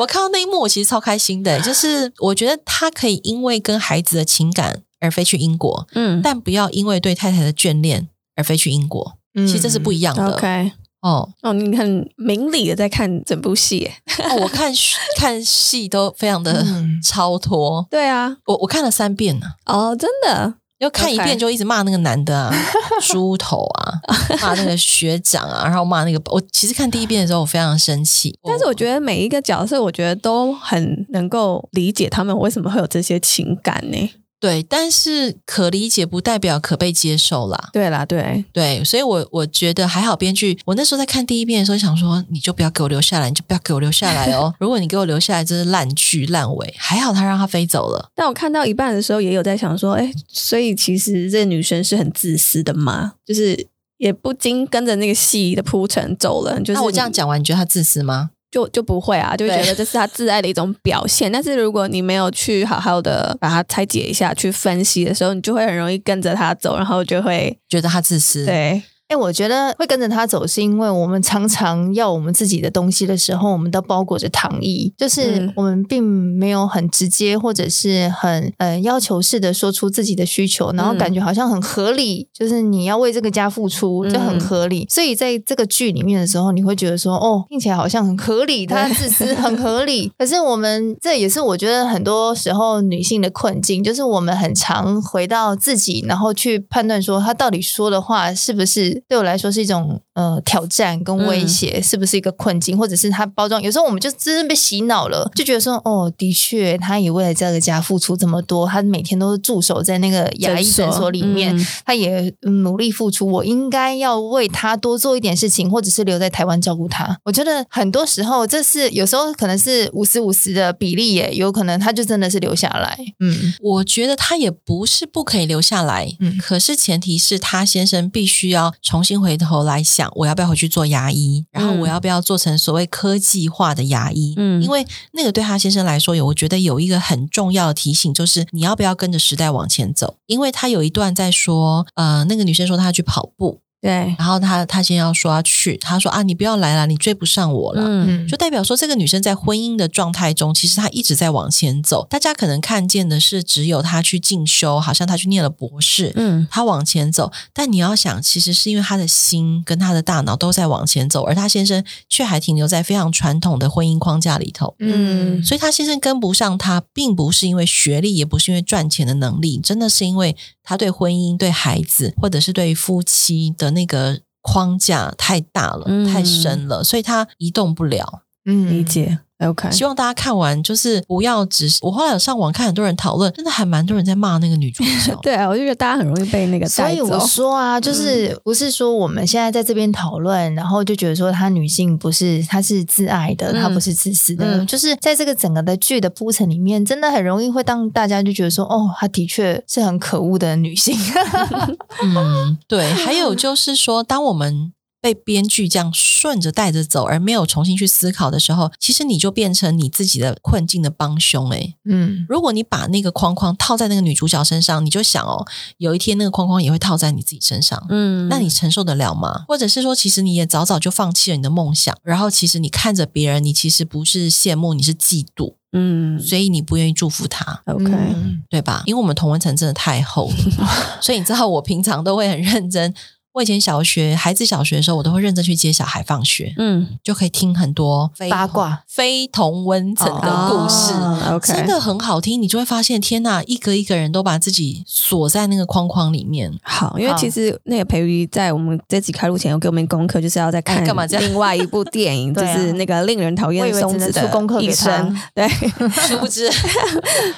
Speaker 3: 我看到那一幕，我其实超开心的，就是我觉得他可以因为跟孩子的情感而飞去英国，
Speaker 2: 嗯
Speaker 3: 但不要因为对太太的眷恋而飞去英国。
Speaker 1: 嗯
Speaker 3: 其实这是不一样的、
Speaker 2: ，OK，
Speaker 3: 哦
Speaker 2: 哦，你很明理的在看整部戏耶，
Speaker 3: 哦。我看看戏都非常的
Speaker 1: 嗯
Speaker 3: 超脱，
Speaker 2: 对啊，
Speaker 3: 我我看了三遍呢、
Speaker 2: 哦，真的，
Speaker 3: 就看一
Speaker 2: OK
Speaker 3: 遍就一直骂那个男的啊，猪头啊，骂那个学长啊，然后骂那个我其实看第一遍的时候我非常生气，
Speaker 2: 但是我觉得每一个角色，我觉得都很能够理解他们为什么会有这些情感呢？
Speaker 3: 对，但是可理解不代表可被接受啦。
Speaker 2: 对啦，对，
Speaker 3: 对，所以我我觉得还好，编剧。我那时候在看第一遍的时候，想说你就不要给我留下来，你就不要给我留下来 哦。如果你给我留下来，这是烂剧烂尾。还好他让他飞走了。
Speaker 2: 但我看到一半的时候，也有在想说，哎，所以其实这女生是很自私的嘛，就是也不经跟着那个戏的铺陈走了，就是
Speaker 3: 那我这样讲完，你觉得他自私吗？
Speaker 2: 就就不会啊，就觉得这是她自爱的一种表现。但是如果你没有去好好的把它拆解一下，去分析的时候，你就会很容易跟着她走，然后就会
Speaker 3: 觉得他自私？，
Speaker 2: 对，
Speaker 1: 哎、我觉得会跟着他走，是因为我们常常要我们自己的东西的时候，我们都包裹着糖衣，就是
Speaker 2: 嗯
Speaker 1: 我们并没有很直接或者是很呃要求式的说出自己的需求，然后
Speaker 2: 嗯
Speaker 1: 感觉好像很合理，就是你要为这个家付出就很
Speaker 2: 嗯
Speaker 1: 合理。所以在这个剧里面的时候，你会觉得说，哦，听起来好像很合理，他自私很合理。可是我们这也是我觉得很多时候女性的困境，就是我们很常回到自己，然后去判断说她到底说的话是不是对我来说是一种呃挑战跟威胁，是不是一个困境，或者是她包装。有时候我们就真的被洗脑了，就觉得说哦，的确，她也为了这个家付出这么多，她每天都是驻守在那个牙医诊所里面，
Speaker 2: 嗯
Speaker 1: 他也嗯努力付出，我应该要为他多做一点事情，或者是留在台湾照顾他。我觉得很多时候，这是有时候可能是五十五十的比例耶，有可能他就真的是留下来。嗯
Speaker 3: 我觉得他也不是不可以留下来，
Speaker 1: 嗯
Speaker 3: 可是前提是他先生必须要重新回头来想，我要不要回去做牙医，然后
Speaker 2: 嗯
Speaker 3: 我要不要做成所谓科技化的牙医？
Speaker 2: 嗯
Speaker 3: 因为那个对他先生来说，有我觉得有一个很重要的提醒，就是你要不要跟着时代往前走？因为他有一段在说，呃，那个女生说她要去跑步，
Speaker 2: 对，
Speaker 3: 然后他他先要说要去，他说啊，你不要来啦，你追不上我了。
Speaker 2: 嗯
Speaker 1: 嗯，
Speaker 3: 就代表说，这个女生在婚姻的状态中，其实她一直在往前走。大家可能看见的是，只有她去进修，好像她去念了博士，
Speaker 2: 嗯
Speaker 3: 她往前走。但你要想，其实是因为她的心跟她的大脑都在往前走，而她先生却还停留在非常传统的婚姻框架里头。
Speaker 1: 嗯
Speaker 3: 所以她先生跟不上她，并不是因为学历，也不是因为赚钱的能力，真的是因为她对婚姻、对孩子，或者是对夫妻的那个框架太大了、
Speaker 2: 嗯
Speaker 3: 太深了，所以她移动不了。
Speaker 1: 嗯
Speaker 2: 理。解。OK，。
Speaker 3: 希望大家看完就是 不要只是我后来有上网看很多人讨论，真的还蛮多人在骂那个女主角
Speaker 2: 对啊，我就觉得大家很容易被那个
Speaker 1: 所
Speaker 2: 带
Speaker 1: 以
Speaker 2: 走。
Speaker 1: 我说啊，就是不是说我们现在在这边讨论，然后就觉得说她女性不是她是自爱的，
Speaker 2: 嗯
Speaker 1: 她不是自私的，
Speaker 2: 嗯
Speaker 1: 就是在这个整个的剧的铺陈里面，真的很容易会让大家就觉得说，哦，她的确是很可恶的女性。
Speaker 3: 嗯，对。还有就是说，当我们被编剧这样顺着带着走，而没有重新去思考的时候，其实你就变成你自己的困境的帮凶欸诶、
Speaker 1: 嗯，
Speaker 3: 如果你把那个框框套在那个女主角身上，你就想哦，有一天那个框框也会套在你自己身上。
Speaker 2: 嗯
Speaker 3: 那你承受得了吗？或者是说，其实你也早早就放弃了你的梦想，然后其实你看着别人，你其实不是羡慕，你是嫉妒，
Speaker 2: 嗯
Speaker 3: 所以你不愿意祝福他，
Speaker 2: ，OK，
Speaker 1: 嗯
Speaker 3: 对吧？因为我们同文层真的太厚了，所以你知道我平常都会很认真。我以前小学孩子小学的时候，我都会认真去接小孩放学，
Speaker 2: 嗯，
Speaker 3: 就可以听很多非
Speaker 1: 八卦、
Speaker 3: 非同温层的故事。
Speaker 2: 哦 OK，
Speaker 3: 真的很好听，你就会发现，天呐，一个一个人都把自己锁在那个框框里面。
Speaker 2: 好，因为
Speaker 1: 好
Speaker 2: 其实那个培瑜在我们这集开录前有给我们功课，就是要再看
Speaker 3: 哎干嘛这样
Speaker 2: 另外一部 电影，就
Speaker 1: 对啊
Speaker 2: 是那个令人讨厌
Speaker 1: 我以为
Speaker 2: 松
Speaker 1: 只能
Speaker 2: 子的
Speaker 1: 出功课
Speaker 2: 一
Speaker 1: 给她
Speaker 2: 生。对
Speaker 3: 殊不知，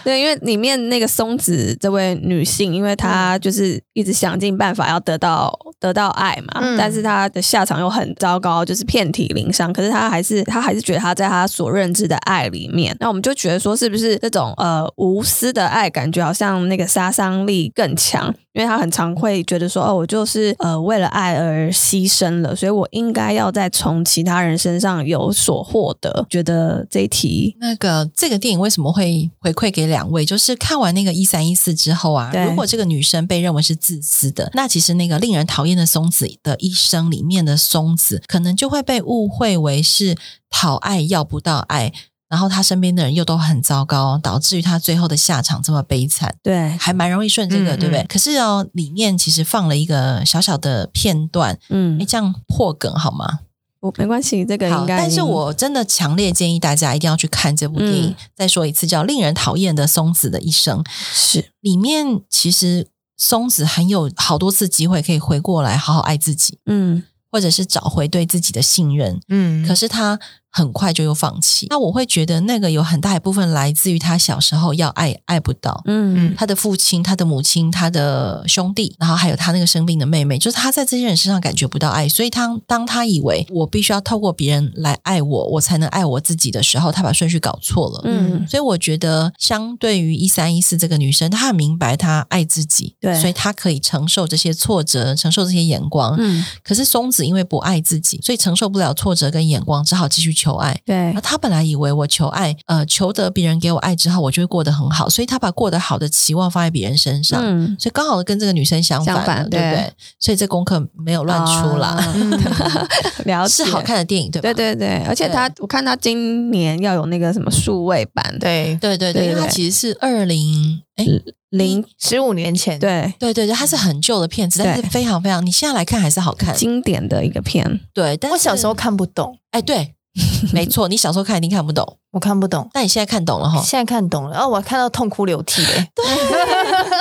Speaker 2: 对，因为里面那个松子这位女性，因为她就是一直想尽办法要得到得到爱嘛，
Speaker 1: 嗯
Speaker 2: 但是她的下场又很糟糕，就是遍体鳞伤。可是她还是她还是觉得她在她所认知的爱里面，那我们就觉得说，是不是这种呃无私的爱，感觉好像那个杀伤力更强？因为她很常会觉得说，哦，我就是呃为了爱而牺牲了，所以我应该要再从其他人身上有所获得。觉得这一题，
Speaker 3: 那个这个电影为什么会回馈给两位？就是看完那个一三一四之后啊，
Speaker 2: 对
Speaker 3: 如果这个女生被认为是自私的，那其实那个令人讨厌的松子的一生里面的松子，可能就会被误会为是讨爱要不到爱，然后她身边的人又都很糟糕，导致于她最后的下场这么悲惨。
Speaker 2: 对，
Speaker 3: 还蛮容易顺这个，
Speaker 1: 嗯
Speaker 3: 对不对？
Speaker 1: 嗯
Speaker 3: 可是哦，里面其实放了一个小小的片段，
Speaker 2: 嗯
Speaker 3: 哎，，这样破梗好吗？
Speaker 2: 我没关系，这个
Speaker 3: 好，
Speaker 2: 应该。
Speaker 3: 但是我真的强烈建议大家一定要去看这部电影。
Speaker 2: 嗯
Speaker 3: 再说一次，叫《令人讨厌的松子的一生》，
Speaker 2: 是
Speaker 3: 里面其实松子很有好多次机会可以回过来，好好爱自己，
Speaker 2: 嗯
Speaker 3: 或者是找回对自己的信任。
Speaker 1: 嗯
Speaker 3: 可是他很快就又放弃。那我会觉得那个有很大一部分来自于他小时候要爱爱不到，
Speaker 2: 嗯
Speaker 1: 嗯
Speaker 3: 他的父亲、他的母亲、他的兄弟，然后还有他那个生病的妹妹，就是他在这些人身上感觉不到爱，所以他当他以为我必须要透过别人来爱我，我才能爱我自己的时候，他把顺序搞错了。
Speaker 2: 嗯
Speaker 3: 所以我觉得，相对于一三一四这个女生，她很明白她爱自己，
Speaker 2: 对
Speaker 3: 所以她可以承受这些挫折，承受这些眼光。
Speaker 2: 嗯，
Speaker 3: 可是松子因为不爱自己，所以承受不了挫折跟眼光，只好继续求爱。
Speaker 2: 对
Speaker 3: 啊，他本来以为我求爱，呃，求得别人给我爱之后，我就会过得很好，所以他把过得好的期望放在别人身上，
Speaker 2: 嗯，
Speaker 3: 所以刚好跟这个女生相反了，
Speaker 2: 相反
Speaker 3: 对不对？所以这功课没有乱出啦，
Speaker 2: 啊
Speaker 1: 嗯
Speaker 2: 了解
Speaker 3: 是好。看的电影，对吧？
Speaker 2: 对对对，而且他，我看他今年要有那个什么数位版，，
Speaker 1: 对，
Speaker 3: 对对对
Speaker 2: 对
Speaker 3: 因为它
Speaker 2: 对
Speaker 3: 其实是二零哎。
Speaker 2: 零
Speaker 1: 十五年前，
Speaker 2: 对
Speaker 3: 对对对，它是很旧的片子，但是
Speaker 2: 对
Speaker 3: 非常非常，你现在来看还是好看。
Speaker 2: 经典的一个片，
Speaker 3: 对，但
Speaker 1: 我小
Speaker 3: 是
Speaker 1: 时候看不懂，
Speaker 3: 哎，对， 没错，你小时候看一定看不懂，
Speaker 1: 我看不懂，
Speaker 3: 但你现在看 懂了哈。
Speaker 1: 现在看懂了，哦，我看到痛哭流涕 嘞。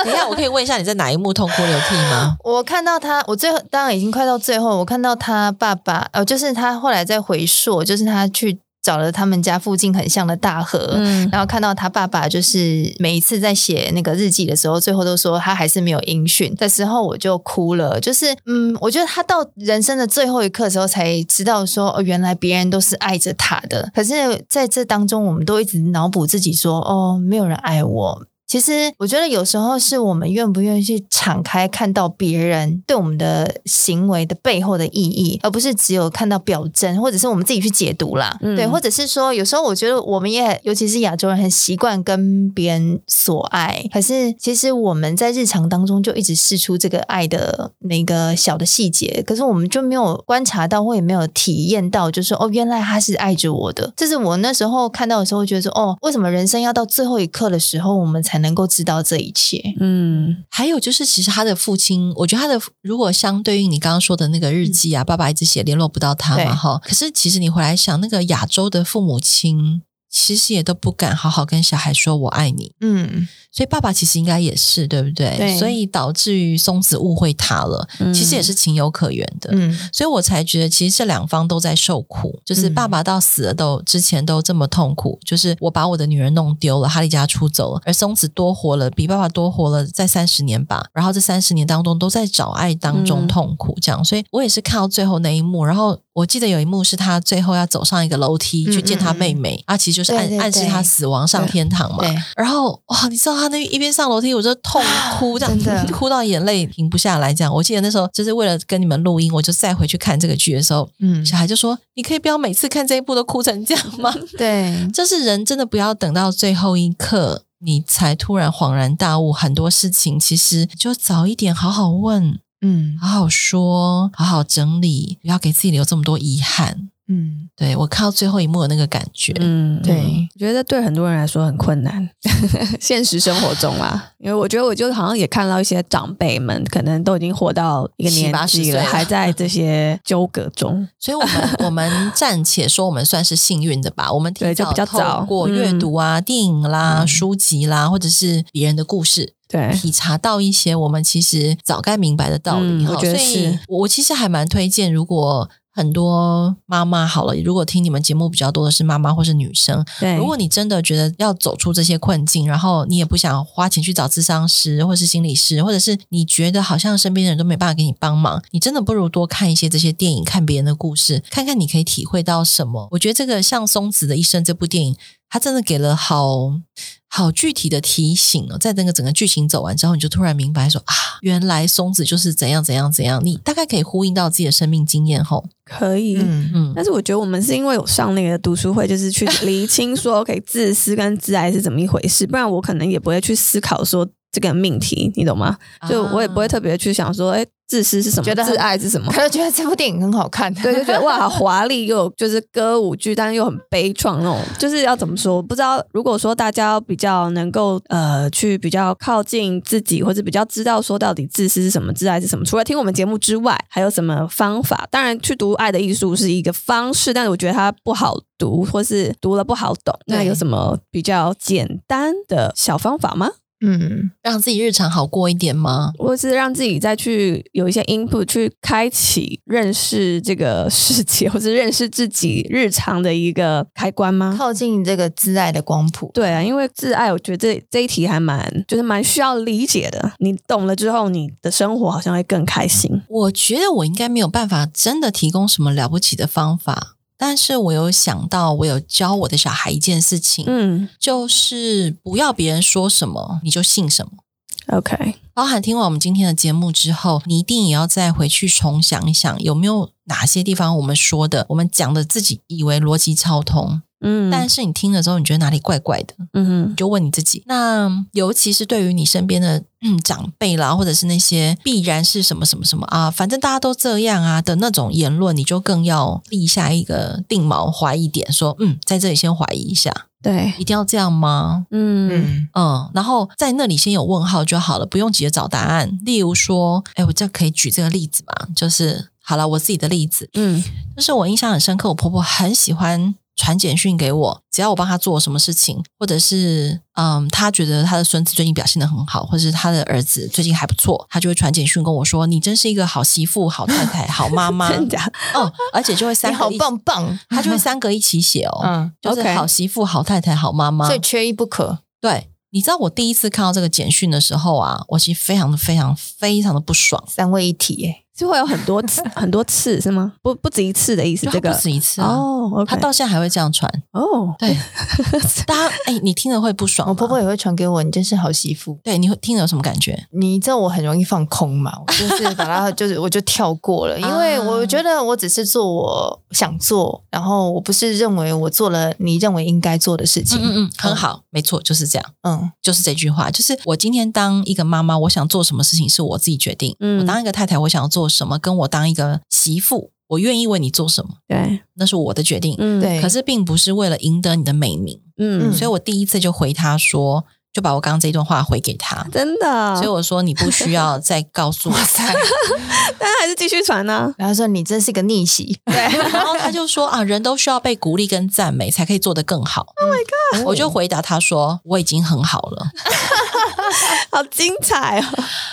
Speaker 3: 等一下，我可以问一下你在哪一幕痛哭流涕吗？
Speaker 1: 我看到他，我最后当然已经快到最后，我看到他爸爸，呃，就是他后来在回溯，就是他去找了他们家附近很像的大河。
Speaker 3: 呃
Speaker 2: 嗯
Speaker 1: 然后看到他爸爸，就是每一次在写那个日记的时候，最后都说他啊还是没有音讯的时候，我就哭了。就是，嗯，我觉得他到人生的最后一刻的时候，才知道说，哦，原来别人都是爱着他的。可是在这当中，我们都一直脑补自己说，哦，没有人爱我，其实我觉得有时候是我们愿不愿意去敞开看到别人对我们的行为的背后的意义，而不是只有看到表征，或者是我们自己去解读啦。
Speaker 2: 嗯
Speaker 1: 对，或者是说，有时候我觉得我们也，尤其是亚洲人，很习惯跟别人所爱，可是其实我们在日常当中就一直试出这个爱的那个小的细节，可是我们就没有观察到，或也没有体验到，就是哦，原来他是爱着我的。这是我那时候看到的时候，觉得说哦，为什么人生要到最后一刻的时候，我们才能够知道这一切？
Speaker 2: 嗯
Speaker 3: 还有就是，其实他的父亲，我觉得他的如果相对应你刚刚说的那个日记啊，爸爸一直写联络不到他
Speaker 1: 对
Speaker 3: 嘛，哈。可是其实你回来想，那个亚洲的父母亲。其实也都不敢好好跟小孩说我爱你。
Speaker 1: 嗯，
Speaker 3: 所以爸爸其实应该也是，对不对？
Speaker 2: 对
Speaker 3: 所以导致于松子误会他了，
Speaker 2: 嗯
Speaker 3: 其实也是情有可原的。
Speaker 1: 嗯
Speaker 3: 所以我才觉得，其实这两方都在受苦，就是
Speaker 1: 嗯
Speaker 3: 爸爸到死了都之前都这么痛苦，就是我把我的女人弄丢了，她离家出走了，而松子多活了，比爸爸多活了在三十年吧，然后这三十年当中都在找爱当中
Speaker 2: 嗯
Speaker 3: 痛苦，这样，所以我也是看到最后那一幕，然后。我记得有一幕是他最后要走上一个楼梯
Speaker 1: 嗯
Speaker 3: 去见他
Speaker 1: 嗯嗯
Speaker 3: 妹妹，啊，其实就是
Speaker 1: 对
Speaker 3: 暗
Speaker 1: 对
Speaker 3: 暗示
Speaker 1: 对
Speaker 3: 他死亡上
Speaker 1: 对
Speaker 3: 天堂嘛。
Speaker 1: 对，
Speaker 3: 然后哇，你知道他那一边上楼梯，我就 痛哭，这
Speaker 1: 真
Speaker 3: 样
Speaker 1: 的
Speaker 3: 哭到眼泪停不下来。这样，我记得那时候就是为了跟你们录音，我就再回去看这个剧的时候，
Speaker 1: 嗯
Speaker 3: 小孩就说：“你可以不要每次看这一部都哭成这样吗？”
Speaker 1: 对，
Speaker 3: 就是人真的不要等到最后一刻。你才突然恍然大悟，很多事情其实就早一点好好问、
Speaker 1: 嗯
Speaker 3: 好好说、好好整理，不要给自己留这么多遗憾。
Speaker 1: 嗯，
Speaker 3: 对我看到最后一幕的那个感觉，
Speaker 2: 嗯，
Speaker 1: 对，
Speaker 2: 我觉得对很多人来说很困难， 现实生活中啦，因为我觉得我就好像也看到一些长辈们，可能都已经活到一个
Speaker 3: 七八
Speaker 2: 年
Speaker 3: 十
Speaker 2: 纪
Speaker 3: 岁
Speaker 2: 了，
Speaker 3: 了
Speaker 2: 还在这些纠葛中。
Speaker 3: 所以，我们 我们暂且说，我们算是幸运的吧。我们提
Speaker 2: 对就
Speaker 3: 早
Speaker 2: 比较早
Speaker 3: 透过阅读啊、电影啦、
Speaker 2: 嗯
Speaker 3: 书籍啦，或者是别人的故事，
Speaker 2: 对，
Speaker 3: 体察到一些我们其实早该明白的道理。
Speaker 2: 嗯
Speaker 3: 哈
Speaker 2: 我觉得
Speaker 3: 所以
Speaker 2: 是
Speaker 3: 我我其实还蛮推荐，如果很多妈妈好了，如果听你们节目比较多的是妈妈或是女生，
Speaker 2: 对，
Speaker 3: 如果你真的觉得要走出这些困境，然后你也不想花钱去找咨商师或是心理师，或者是你觉得好像身边的人都没办法给你帮忙，你真的不如多看一些这些电影，看别人的故事，看看你可以体会到什么。我觉得这个像《松子的一生》这部电影，它真的给了好好具体的提醒哦。在那个整个剧情走完之后，你就突然明白说啊，原来松子就是怎样怎样怎样。你大概可以呼应到自己的生命经验后，
Speaker 2: 可以。
Speaker 1: 嗯
Speaker 3: 嗯，
Speaker 2: 但是我觉得我们是因为有上那个读书会，就 是去厘清说，OK，自私跟自爱是怎么一回事，不然我可能也不会去思考说这个命题，你懂吗？
Speaker 3: 啊
Speaker 2: 就我也不会特别去想说，哎，自私是什么，
Speaker 1: 啊觉得很
Speaker 2: 自爱是什么
Speaker 1: 可，能觉得这部电影很好看，
Speaker 2: 对，就觉得哇，好华丽又有就是歌舞剧，但又很悲怆那种，就是要怎么说？不知道如果说大家比较能够呃去比较靠近自己，或者比较知道说到底自私是什么，自爱是什么，除了听我们节目之外，还有什么方法？当然，去读《爱的艺术》是一个方式，但是我觉得它不好读，或是读了不好懂。那
Speaker 3: 对
Speaker 2: 有什么比较简单的小方法吗？
Speaker 1: 嗯
Speaker 3: 让自己日常好过一点吗？
Speaker 2: 或是让自己再去有一些 input 去开启认识这个世界，或是认识自己日常的一个开关吗？
Speaker 1: 靠近这个自爱的光谱，
Speaker 2: 对啊，因为自爱，我觉得这这一题还蛮，就是蛮需要理解的。你懂了之后，你的生活好像会更开心。
Speaker 3: 我觉得我应该没有办法真的提供什么了不起的方法，但是我有想到，我有教我的小孩一件事情，
Speaker 2: 嗯
Speaker 3: 就是不要别人说什么你就信什么。
Speaker 2: ，OK，
Speaker 3: 包含听完我们今天的节目之后，你一定也要再回去重想一想，有没有哪些地方我们说的、我们讲的自己以为逻辑超通，
Speaker 2: 嗯，
Speaker 3: 但是你听了之后，你觉得哪里怪怪的？
Speaker 2: 嗯
Speaker 3: 你就问你自己。那尤其是对于你身边的、嗯、长辈啦，或者是那些必然是什么什么什么啊，反正大家都这样啊的那种言论，你就更要立下一个定锚怀疑点，说嗯，在这里先怀疑一下，
Speaker 2: 对，
Speaker 3: 一定要这样吗？
Speaker 2: 嗯
Speaker 1: 嗯
Speaker 3: 嗯，然后在那里先有问号就好了，不用急着找答案。例如说，哎，我这可以举这个例子嘛？就是好了，我自己的例子，
Speaker 2: 嗯
Speaker 3: 就是我印象很深刻，我婆婆很喜欢传简讯给我，只要我帮她做什么事情，或者是嗯，她觉得她的孙子最近表现的很好，或者是她的儿子最近还不错，她就会传简讯跟我说：“你真是一个好媳妇、好太太、好妈 妈。
Speaker 2: 真假？”
Speaker 3: 哦，而且就会三
Speaker 1: 你
Speaker 3: 个
Speaker 1: 好
Speaker 3: 一，
Speaker 1: 棒棒，
Speaker 3: 她就会三个一起写哦，
Speaker 1: 嗯，
Speaker 3: 就是
Speaker 2: OK
Speaker 3: 好媳妇、好太太、好妈妈
Speaker 1: 所。以缺一不可，
Speaker 3: 对，你知道我第一次看到这个简讯的时候啊，我其实非常的、非常、非常的不爽，
Speaker 1: 三位一体耶，
Speaker 2: 就会有很多次，很多次是吗？不不止一次的意思，
Speaker 3: 就
Speaker 2: 这
Speaker 3: 她
Speaker 2: 个
Speaker 3: 不止一次啊。
Speaker 2: 哦，OK，
Speaker 3: 她到现在还会这样传，
Speaker 2: 哦，
Speaker 3: 对，大家哎、你听了会不爽吗？
Speaker 1: 我婆婆也会传给我，你真是好媳妇。
Speaker 3: 对，你会听了有什么感觉？
Speaker 1: 你知道我很容易放空嘛，我就是把它 就是我就跳过了，因为我觉得我只是做我想做，然后我不是认为我做了你认为应该做的事情。嗯
Speaker 3: 嗯，很好，没错，就是这样，
Speaker 1: 嗯
Speaker 3: 就是这句话，就是我今天当一个妈妈，我想做什么事情是我自己决定。
Speaker 2: 嗯
Speaker 3: 我当一个太太，我想要做什么，跟我当一个媳妇，我愿意为你做什么，
Speaker 2: 对，
Speaker 3: 那是我的决定。
Speaker 2: 嗯
Speaker 1: 对
Speaker 3: 可是并不是为了赢得你的美名，
Speaker 2: 嗯
Speaker 1: 嗯
Speaker 3: 所以我第一次就回他说：“就把我刚刚这一段话回给他。
Speaker 2: 真的
Speaker 3: 所以，我说你不需要再告诉我再
Speaker 2: 但还是继续传呢、
Speaker 1: 然后说你真是个逆袭，
Speaker 2: 对，
Speaker 3: 然后他就说啊，人都需要被鼓励跟赞美才可以做得更好。Oh my god！我就回答他说我已经很好了，
Speaker 2: 好精彩哦！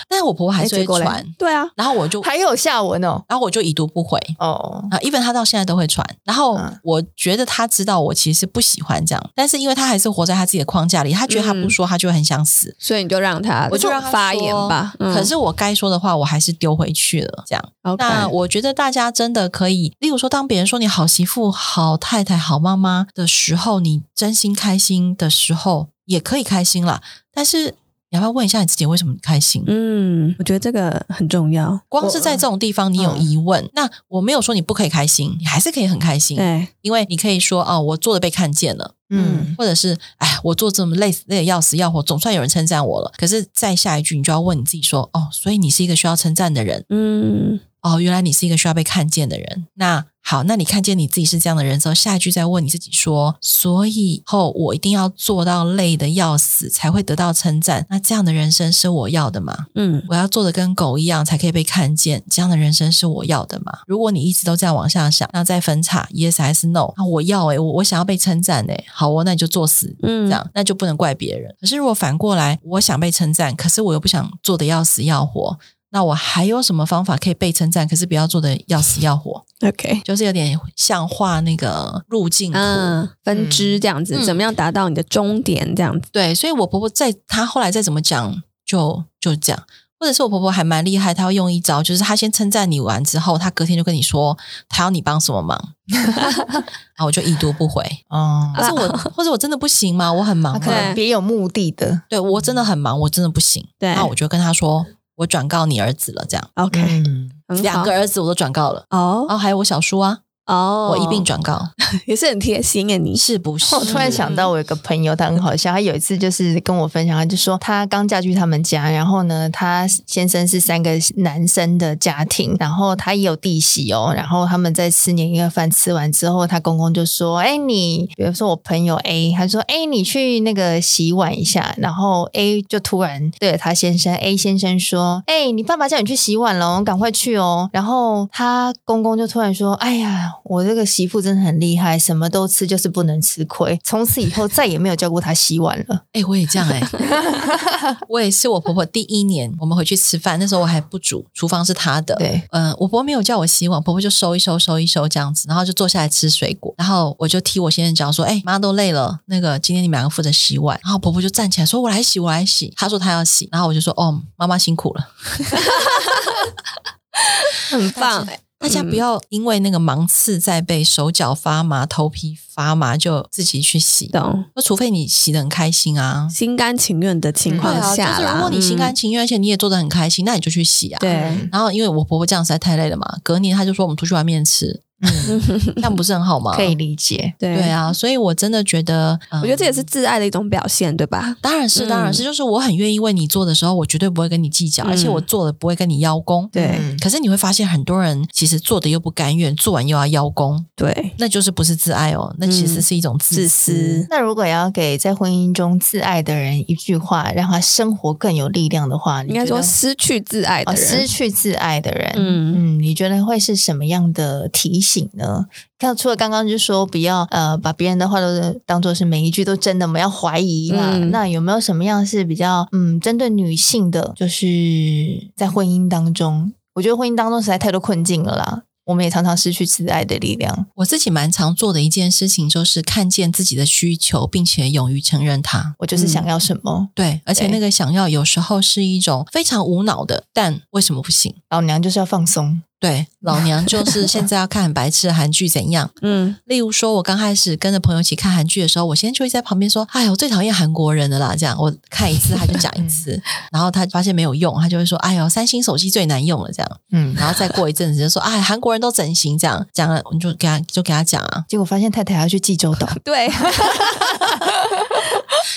Speaker 3: 但是我婆婆还是
Speaker 1: 哎
Speaker 3: 会
Speaker 1: 结果嘞
Speaker 3: 传，
Speaker 2: 对啊，
Speaker 3: 然后我就
Speaker 1: 还有下文哦。
Speaker 3: 然后我就已读不回。
Speaker 1: 哦，
Speaker 3: 啊，even 他到现在都会传，然后
Speaker 1: 嗯
Speaker 3: 我觉得他知道我其实不喜欢这样，但是因为他还是活在他自己的框架里，他觉得他不说，他就会很想死，
Speaker 2: 所以你就让他，
Speaker 3: 我就让他
Speaker 2: 发言
Speaker 3: 说
Speaker 2: 吧。嗯
Speaker 3: 可是我该说的话，我还是丢回去了。这样，
Speaker 2: ，OK，
Speaker 3: 那我觉得大家真的可以，例如说，当别人说你好媳妇、好太太、好妈妈的时候，你真心开心的时候，也可以开心啦。但是你要不要问一下你自己为什么开心？
Speaker 2: 嗯，我觉得这个很重要。
Speaker 3: 光是在这种地方，你有
Speaker 1: 嗯
Speaker 3: 疑问，那我没有说你不可以开心，你还是可以很开心，
Speaker 2: 对，
Speaker 3: 因为你可以说哦，我做的被看见了。
Speaker 1: 嗯，
Speaker 3: 或者是哎，我做这么累累的要死要活，总算有人称赞我了。可是再下一句，你就要问你自己说，哦，所以你是一个需要称赞的人，
Speaker 2: 嗯，
Speaker 3: 哦，原来你是一个需要被看见的人。那好，那你看见你自己是这样的人之后，下一句再问你自己说，所以以后我一定要做到累的要死才会得到称赞。那这样的人生是我要的吗？
Speaker 2: 嗯，
Speaker 3: 我要做的跟狗一样才可以被看见，这样的人生是我要的吗？如果你一直都这样往下想，那再分叉，yes 还是 no？啊，我要诶、我我想要被称赞诶、好哦，那你就作死，
Speaker 2: 嗯
Speaker 3: 这样那就不能怪别人。可是如果反过来，我想被称赞，可是我又不想做的要死要活，那我还有什么方法可以被称赞，可是不要做的要死要活？
Speaker 2: ，OK，
Speaker 3: 就是有点像画那个路径图。
Speaker 2: 嗯，分支这样子，
Speaker 3: 嗯
Speaker 2: 怎么样达到你的终点这样子？
Speaker 3: 对，所以我婆婆在她后来再怎么讲，就就这样。或者是我婆婆还蛮厉害，她会用一招，就是她先称赞你完之后，她隔天就跟你说她要你帮什 么忙，然后我就已读不回。
Speaker 1: 哦，
Speaker 3: 可是我，或者我真的不行吗？我很忙
Speaker 1: 他
Speaker 2: 啊
Speaker 3: 吗，
Speaker 1: 可能别有目的的。
Speaker 3: 对我真的很忙，我真的不行。
Speaker 2: 对
Speaker 3: 那我就跟她说，我转告你儿子了，这样
Speaker 2: OK，
Speaker 1: 嗯，
Speaker 2: 很好
Speaker 3: 两个儿子我都转告了，
Speaker 2: 哦
Speaker 3: 然后还有我小叔啊，
Speaker 2: 哦，
Speaker 3: 我一并转告，
Speaker 2: 也是很贴心诶，你
Speaker 3: 是不是？
Speaker 1: 我突然想到，我有个朋友，他很好笑。他有一次就是跟我分享，他就说他刚嫁去他们家，然后呢，他先生是三个男生的家庭，然后他也有弟媳哦。然后他们在吃年夜饭，吃完之后，他公公就说：“哎，你比如说我朋友 A，他说：哎，你去那个洗碗一下。”然后 A 就突然对着他先生 A 先生说：“哎，你爸爸叫你去洗碗了，赶快去哦。”然后他公公就突然说：“哎呀，我这个媳妇真的很厉害，什么都吃，就是不能吃亏。从此以后再也没有叫过她洗碗了。
Speaker 3: 哎、我也这样哎、我也是我婆婆第一年，我们回去吃饭，那时候我还不煮，厨房是她的。
Speaker 1: 对，
Speaker 3: 嗯、我婆婆没有叫我洗碗，婆婆就收一收，收一收这样子，然后就坐下来吃水果，然后我就踢我先生讲说，哎、妈都累了，那个今天你们两个负责洗碗，然后婆婆就站起来说，我来洗，我来洗，她说她要洗，然后我就说，哦，妈妈辛苦了，
Speaker 2: 很棒诶，
Speaker 3: 大家不要因为那个芒刺在背，手脚发麻，头皮发麻就自己去洗，
Speaker 2: 懂？
Speaker 3: 那除非你洗的很开心啊，
Speaker 2: 心甘情愿的情
Speaker 3: 对
Speaker 2: 况
Speaker 3: 啊，
Speaker 2: 下
Speaker 3: 就是
Speaker 2: 啦，
Speaker 3: 如果你心甘
Speaker 2: 嗯
Speaker 3: 情愿，而且你也做的很开心，那你就去洗啊。
Speaker 1: 嗯
Speaker 2: 对，
Speaker 3: 然后因为我婆婆这样实在太累了嘛，隔年她就说我们出去外面吃，
Speaker 1: 嗯，
Speaker 3: 这样不是很好吗？
Speaker 1: 可以。理解。
Speaker 2: 对
Speaker 3: 对，啊，所以我真的觉得，嗯
Speaker 2: 我觉得这也是自爱的一种表现，对吧？
Speaker 3: 当然是，当然是，就是我很愿意为你做的时候，我绝对不会跟你计较，
Speaker 2: 嗯
Speaker 3: 而且我做的不会跟你邀功。
Speaker 2: 对
Speaker 1: 嗯
Speaker 3: 可是你会发现，很多人其实做的又不甘愿，做完又要邀功，
Speaker 2: 对，
Speaker 3: 那就是不是自爱哦，那其实是一种嗯自
Speaker 2: 嗯自
Speaker 3: 私
Speaker 2: 私。
Speaker 1: 那如果要给在婚姻中自爱的人一句话，让他生活更有力量的话，你
Speaker 2: 应该
Speaker 1: 觉
Speaker 2: 说
Speaker 1: 得
Speaker 2: 失去自爱的
Speaker 1: 哦，失
Speaker 2: 人，
Speaker 1: 去自爱的人，
Speaker 2: 嗯
Speaker 1: 嗯嗯，你觉得会是什么样的提醒呢？看，除了刚刚就说不要呃把别人的话都当做是每一句都真的，我们要怀疑啦。
Speaker 2: 嗯
Speaker 1: 那有没有什么样是比较嗯针对女性的，就是在婚姻当中，我觉得婚姻当中实在太多困境了啦。我们也常常失去自爱的力量，
Speaker 3: 我自己蛮常做的一件事情，就是看见自己的需求，并且勇于承认它。
Speaker 1: 我就是
Speaker 2: 嗯
Speaker 1: 想要什么，
Speaker 3: 对，而且
Speaker 1: 对
Speaker 3: 那个想要有时候是一种非常无脑的，但为什么不行？
Speaker 1: 老娘就是要放松。
Speaker 3: 对，老娘就是现在要看很白痴的韩剧 怎样？
Speaker 2: 嗯，
Speaker 3: 例如说，我刚开始跟着朋友一起看韩剧的时候，我先就会在旁边说：“哎呀，我最讨厌韩国人的啦！”这样，我看一次他就讲 一次，然后他发现没有用，他就会说：“哎呦，三星手机最难用了。”这样，
Speaker 1: 嗯，
Speaker 3: 然后再过一阵子就说：“哎，韩国人都整形这样。”讲了，你就给他就给他讲啊，
Speaker 1: 结果发现太太要去济州岛，
Speaker 2: 对，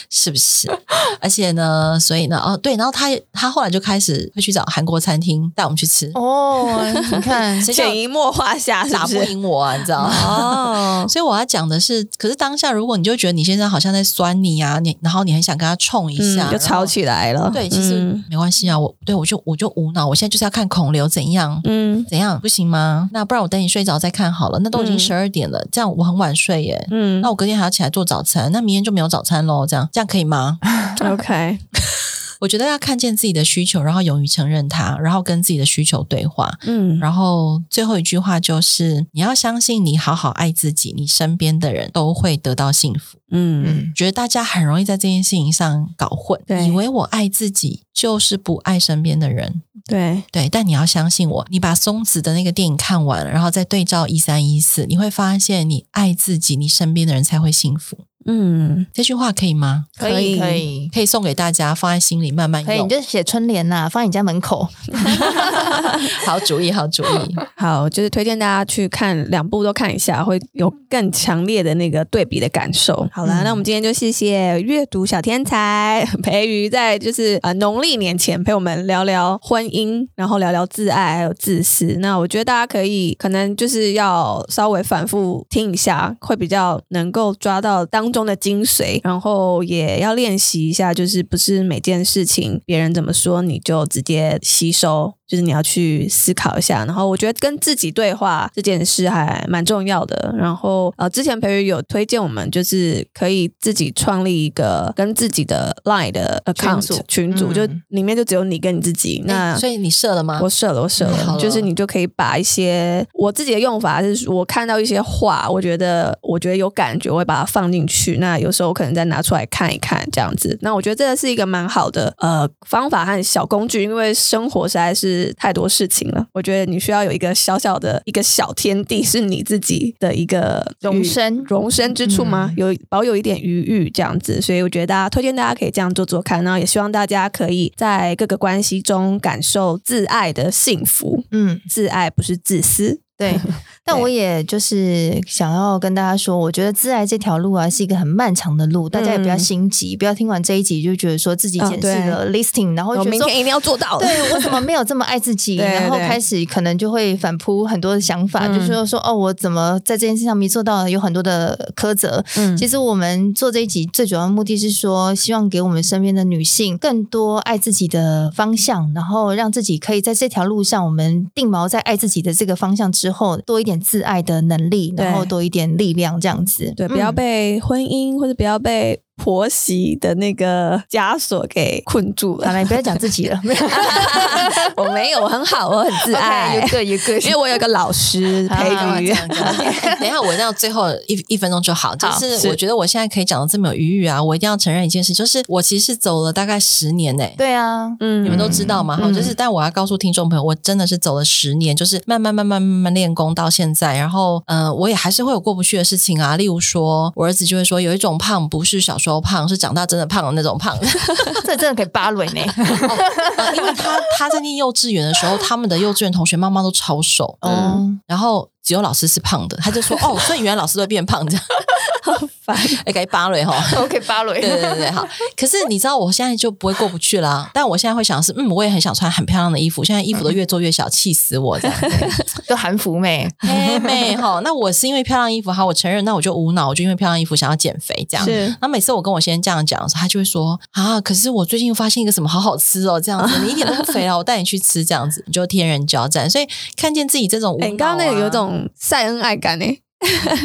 Speaker 3: 是不是？ 而且呢，所以呢，哦，对，然后他他后来就开始会去找韩国餐厅带我们去吃，
Speaker 1: 哦，你 看，
Speaker 3: 谁叫
Speaker 2: 潜移默化下是
Speaker 3: 打
Speaker 2: 不
Speaker 3: 不
Speaker 2: 是？
Speaker 3: 赢我啊，你知道吗？
Speaker 2: 哦，
Speaker 3: 所以我要讲的是，可是当下如果你就觉得你先生好像在酸你啊，你然后你很想跟他冲一 下，
Speaker 2: 嗯，就吵起来了。
Speaker 3: 然后。对，其实
Speaker 2: 嗯
Speaker 3: 没关系啊，我对我就我就无脑，我现在就是要看孔刘怎样。
Speaker 2: 嗯
Speaker 3: 怎样不行吗？那不然我等你睡着再看好了。那都已经
Speaker 2: 嗯
Speaker 3: 十二点了，这样我很晚睡耶。
Speaker 2: 嗯
Speaker 3: 那我隔天还要起来做早餐，那明天就没有早餐喽。这样这样可以吗？
Speaker 2: ，OK，
Speaker 3: 我觉得要看见自己的需求，然后勇于承认它，然后跟自己的需求对话。
Speaker 2: 嗯，
Speaker 3: 然后最后一句话就是：你要相信，你好好爱自己，你身边的人都会得到幸福。
Speaker 2: 嗯，
Speaker 1: 嗯，
Speaker 3: 觉得大家很容易在这件事情上搞混，
Speaker 2: 对
Speaker 3: 以为我爱自己就是不爱身边的人。
Speaker 2: 对，
Speaker 3: 对，但你要相信我，你把松子的那个电影看完，然后再对照一三一四，你会发现你爱自己，你身边的人才会幸福。
Speaker 2: 嗯，
Speaker 3: 这句话可以吗？
Speaker 1: 可以
Speaker 2: 可以
Speaker 1: 可以
Speaker 3: 可以送给大家，放在心里慢慢
Speaker 1: 可以，
Speaker 3: 用
Speaker 1: 你。就写春联呐、放在你家门口。
Speaker 3: 好主意，好 主意。
Speaker 2: 好，就是推荐大家去看两部都看一下，会有更强烈的那个对比的感受。好啦，
Speaker 3: 嗯
Speaker 2: 那我们今天就谢谢阅读小天才培瑜，在就是呃农历年前陪我们聊聊婚姻，然后聊聊自爱还有自私。那我觉得大家可以可能就是要稍微反复听一下，会比较能够抓到当中的精髓，然后也要练习一下，就是不是每件事情别人怎么说你就直接吸收，就是你要去思考一下。然后我觉得跟自己对话这件事还蛮重要的。然后呃，之前培宇有推荐我们，就是可以自己创立一个跟自己的 Line 的 account
Speaker 1: 群组
Speaker 2: 群组，
Speaker 1: 嗯
Speaker 2: 就里面就只有你跟你自己。那、
Speaker 3: 哎所以你射了吗
Speaker 2: 我？舍了，我舍
Speaker 3: 太好
Speaker 2: 了，
Speaker 3: 了
Speaker 2: 就是你就可以把一些我自己的用法，就是我看到一些话，我觉得我觉得有感觉，我会把它放进去。那有时候可能再拿出来看一看，这样子。那我觉得这是一个蛮好的呃方法和小工具，因为生活实在是太多事情了。我觉得你需要有一个小小的一个小天地，是你自己的一个
Speaker 1: 容身
Speaker 2: 容身之处吗？
Speaker 1: 嗯
Speaker 2: 有保有一点余裕这样子，所以我觉得大家推荐大家可以这样做做看，然后也希望大家可以在各个关系中感受自爱的幸福。
Speaker 1: 嗯，
Speaker 2: 自爱不是自私，
Speaker 1: 对。但我也就是想要跟大家说，我觉得自爱这条路啊是一个很漫长的路，大家也不要心急，不要听完这一集就觉得说自己
Speaker 2: 嗯
Speaker 1: 检
Speaker 2: 对
Speaker 1: 视了 listing，、然后
Speaker 2: 我
Speaker 1: 觉得
Speaker 2: 明
Speaker 1: 说
Speaker 2: 天一定要做到的。
Speaker 1: 对我怎么没有这么爱自己？
Speaker 2: 对
Speaker 1: 然后
Speaker 2: 对
Speaker 1: 开始可能就会反扑很多的想法，
Speaker 2: 嗯
Speaker 1: 就是说说哦，我怎么在这件事上没做到，有很多的苛责。
Speaker 2: 嗯
Speaker 1: 其实我们做这一集最主要的目的是说，希望给我们身边的女性更多爱自己的方向，然后让自己可以在这条路上，我们定锚在爱自己的这个方向之后，多一点自爱的能力，
Speaker 2: 对
Speaker 1: 然后多一点力量，这样子。
Speaker 2: 对，不要
Speaker 1: 嗯
Speaker 2: 被婚姻或者不要被婆媳的那个枷锁给困住
Speaker 1: 好
Speaker 2: 了。
Speaker 1: 了，你不要讲自己了。
Speaker 2: 我没有，我很好，我很自 爱
Speaker 1: OK，有个有个，
Speaker 2: 因为我有个老师
Speaker 1: 好啊
Speaker 2: 培
Speaker 1: 好
Speaker 2: 瑜
Speaker 3: 这。样这样 等一下，我到最后一一分钟就好。就
Speaker 1: 好
Speaker 3: 是
Speaker 1: 是
Speaker 3: 我觉得我现在可以讲的这么有余裕啊，我一定要承认一件事，就是我其实走了大概十年呢、
Speaker 1: 对啊，
Speaker 2: 嗯
Speaker 3: 你们都知道嘛，哈、
Speaker 1: 嗯
Speaker 3: 就是，但我要告诉听众朋友，我真的是走了十年，就是慢慢慢慢慢慢练功到现在，然后，呃，我也还是会有过不去的事情啊，例如说，我儿子就会说，有一种胖不是小时候胖，是长大真的胖的那 种胖，
Speaker 1: 这真的可以扒轮呢。
Speaker 3: 呃因为他他在念幼稚园的时候，他们的幼稚园同学妈妈都超瘦，
Speaker 1: 哦，
Speaker 3: 然后只有老师是胖的，他 就说，哦，所以原来老师都会变胖这样，
Speaker 2: 烦。
Speaker 3: 哎，该扒了 哈。
Speaker 1: OK，芭蕾。
Speaker 3: 对对对，好。可是你知道，我现在就不会过不去啦。但我现在会想的是，嗯，我也很想穿很漂亮的衣服，现在衣
Speaker 2: 嗯
Speaker 3: 服都越做越小，气死我这样。
Speaker 1: 就韩服妹，
Speaker 3: 嘿妹哈，那我是因为漂亮衣服，好，我承认，那我就无脑，我就因为漂亮衣服想要减肥这样。
Speaker 2: 是
Speaker 3: 那每次我跟我先生这样讲的时候，他就会说啊，可是我最近发现一个什么好好吃哦，这样子，你一点都不肥啊，我带你去吃这样子，你就天人交战。所以看见自己这种无脑、啊
Speaker 2: 哎、你刚刚那个有 种晒恩爱感呢、欸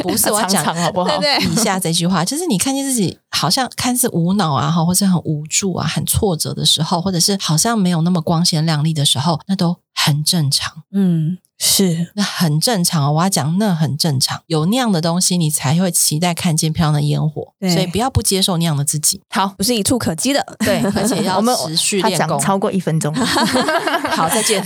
Speaker 3: 不是我要
Speaker 1: 常
Speaker 3: 讲
Speaker 1: 啊常好不好？
Speaker 2: 对
Speaker 3: 以下这句话， 就是你看见自己好像看似无脑啊，哈，或是很无助啊、很挫折的时候，或者是好像没有那么光鲜亮丽的时候，那都很正常，
Speaker 2: 嗯，是
Speaker 3: 那很正常、哦。我要讲，那很正常，有那样的东西，你才会期待看见漂亮的烟火。
Speaker 2: 对
Speaker 3: 所以不要不接受那样的 自己，
Speaker 1: 好，
Speaker 2: 不是一触可及的。
Speaker 1: 对，
Speaker 3: 而且要
Speaker 1: 我们
Speaker 3: 持续
Speaker 1: 他
Speaker 3: 练
Speaker 1: 讲。
Speaker 3: 功
Speaker 1: 超过一分钟。
Speaker 3: 好，再见。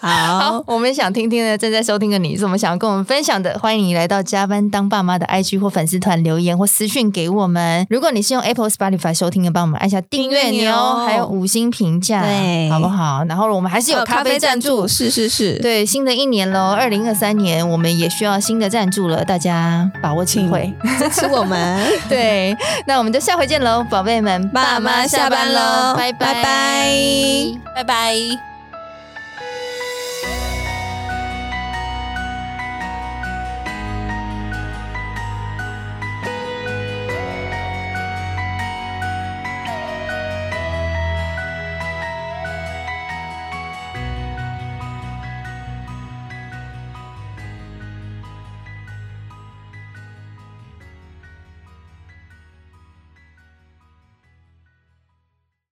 Speaker 1: 好
Speaker 2: 好，，
Speaker 1: 我们想听听呢，正在收听的你，怎么想要跟我们分享的？欢迎你来到加班当爸妈的 IG 或粉丝团留言或私讯给我们。如果你是用 Apple Spotify 收听的，帮我们按下订阅
Speaker 2: 订阅
Speaker 1: 钮，
Speaker 2: 钮
Speaker 1: 还有五星评价，
Speaker 2: 对呃
Speaker 1: 好不好？然后我们还是有咖啡赞助，
Speaker 2: 是是是，
Speaker 1: 对，新的一年喽，二零二三年我们也需要新的赞助了，大家把握机
Speaker 2: 请
Speaker 1: 会。
Speaker 2: 支持我们。
Speaker 1: 对，那我们就下回见喽，宝贝们，
Speaker 2: 爸妈下班喽
Speaker 1: 拜
Speaker 2: 拜
Speaker 1: 拜
Speaker 2: 拜
Speaker 3: 拜拜。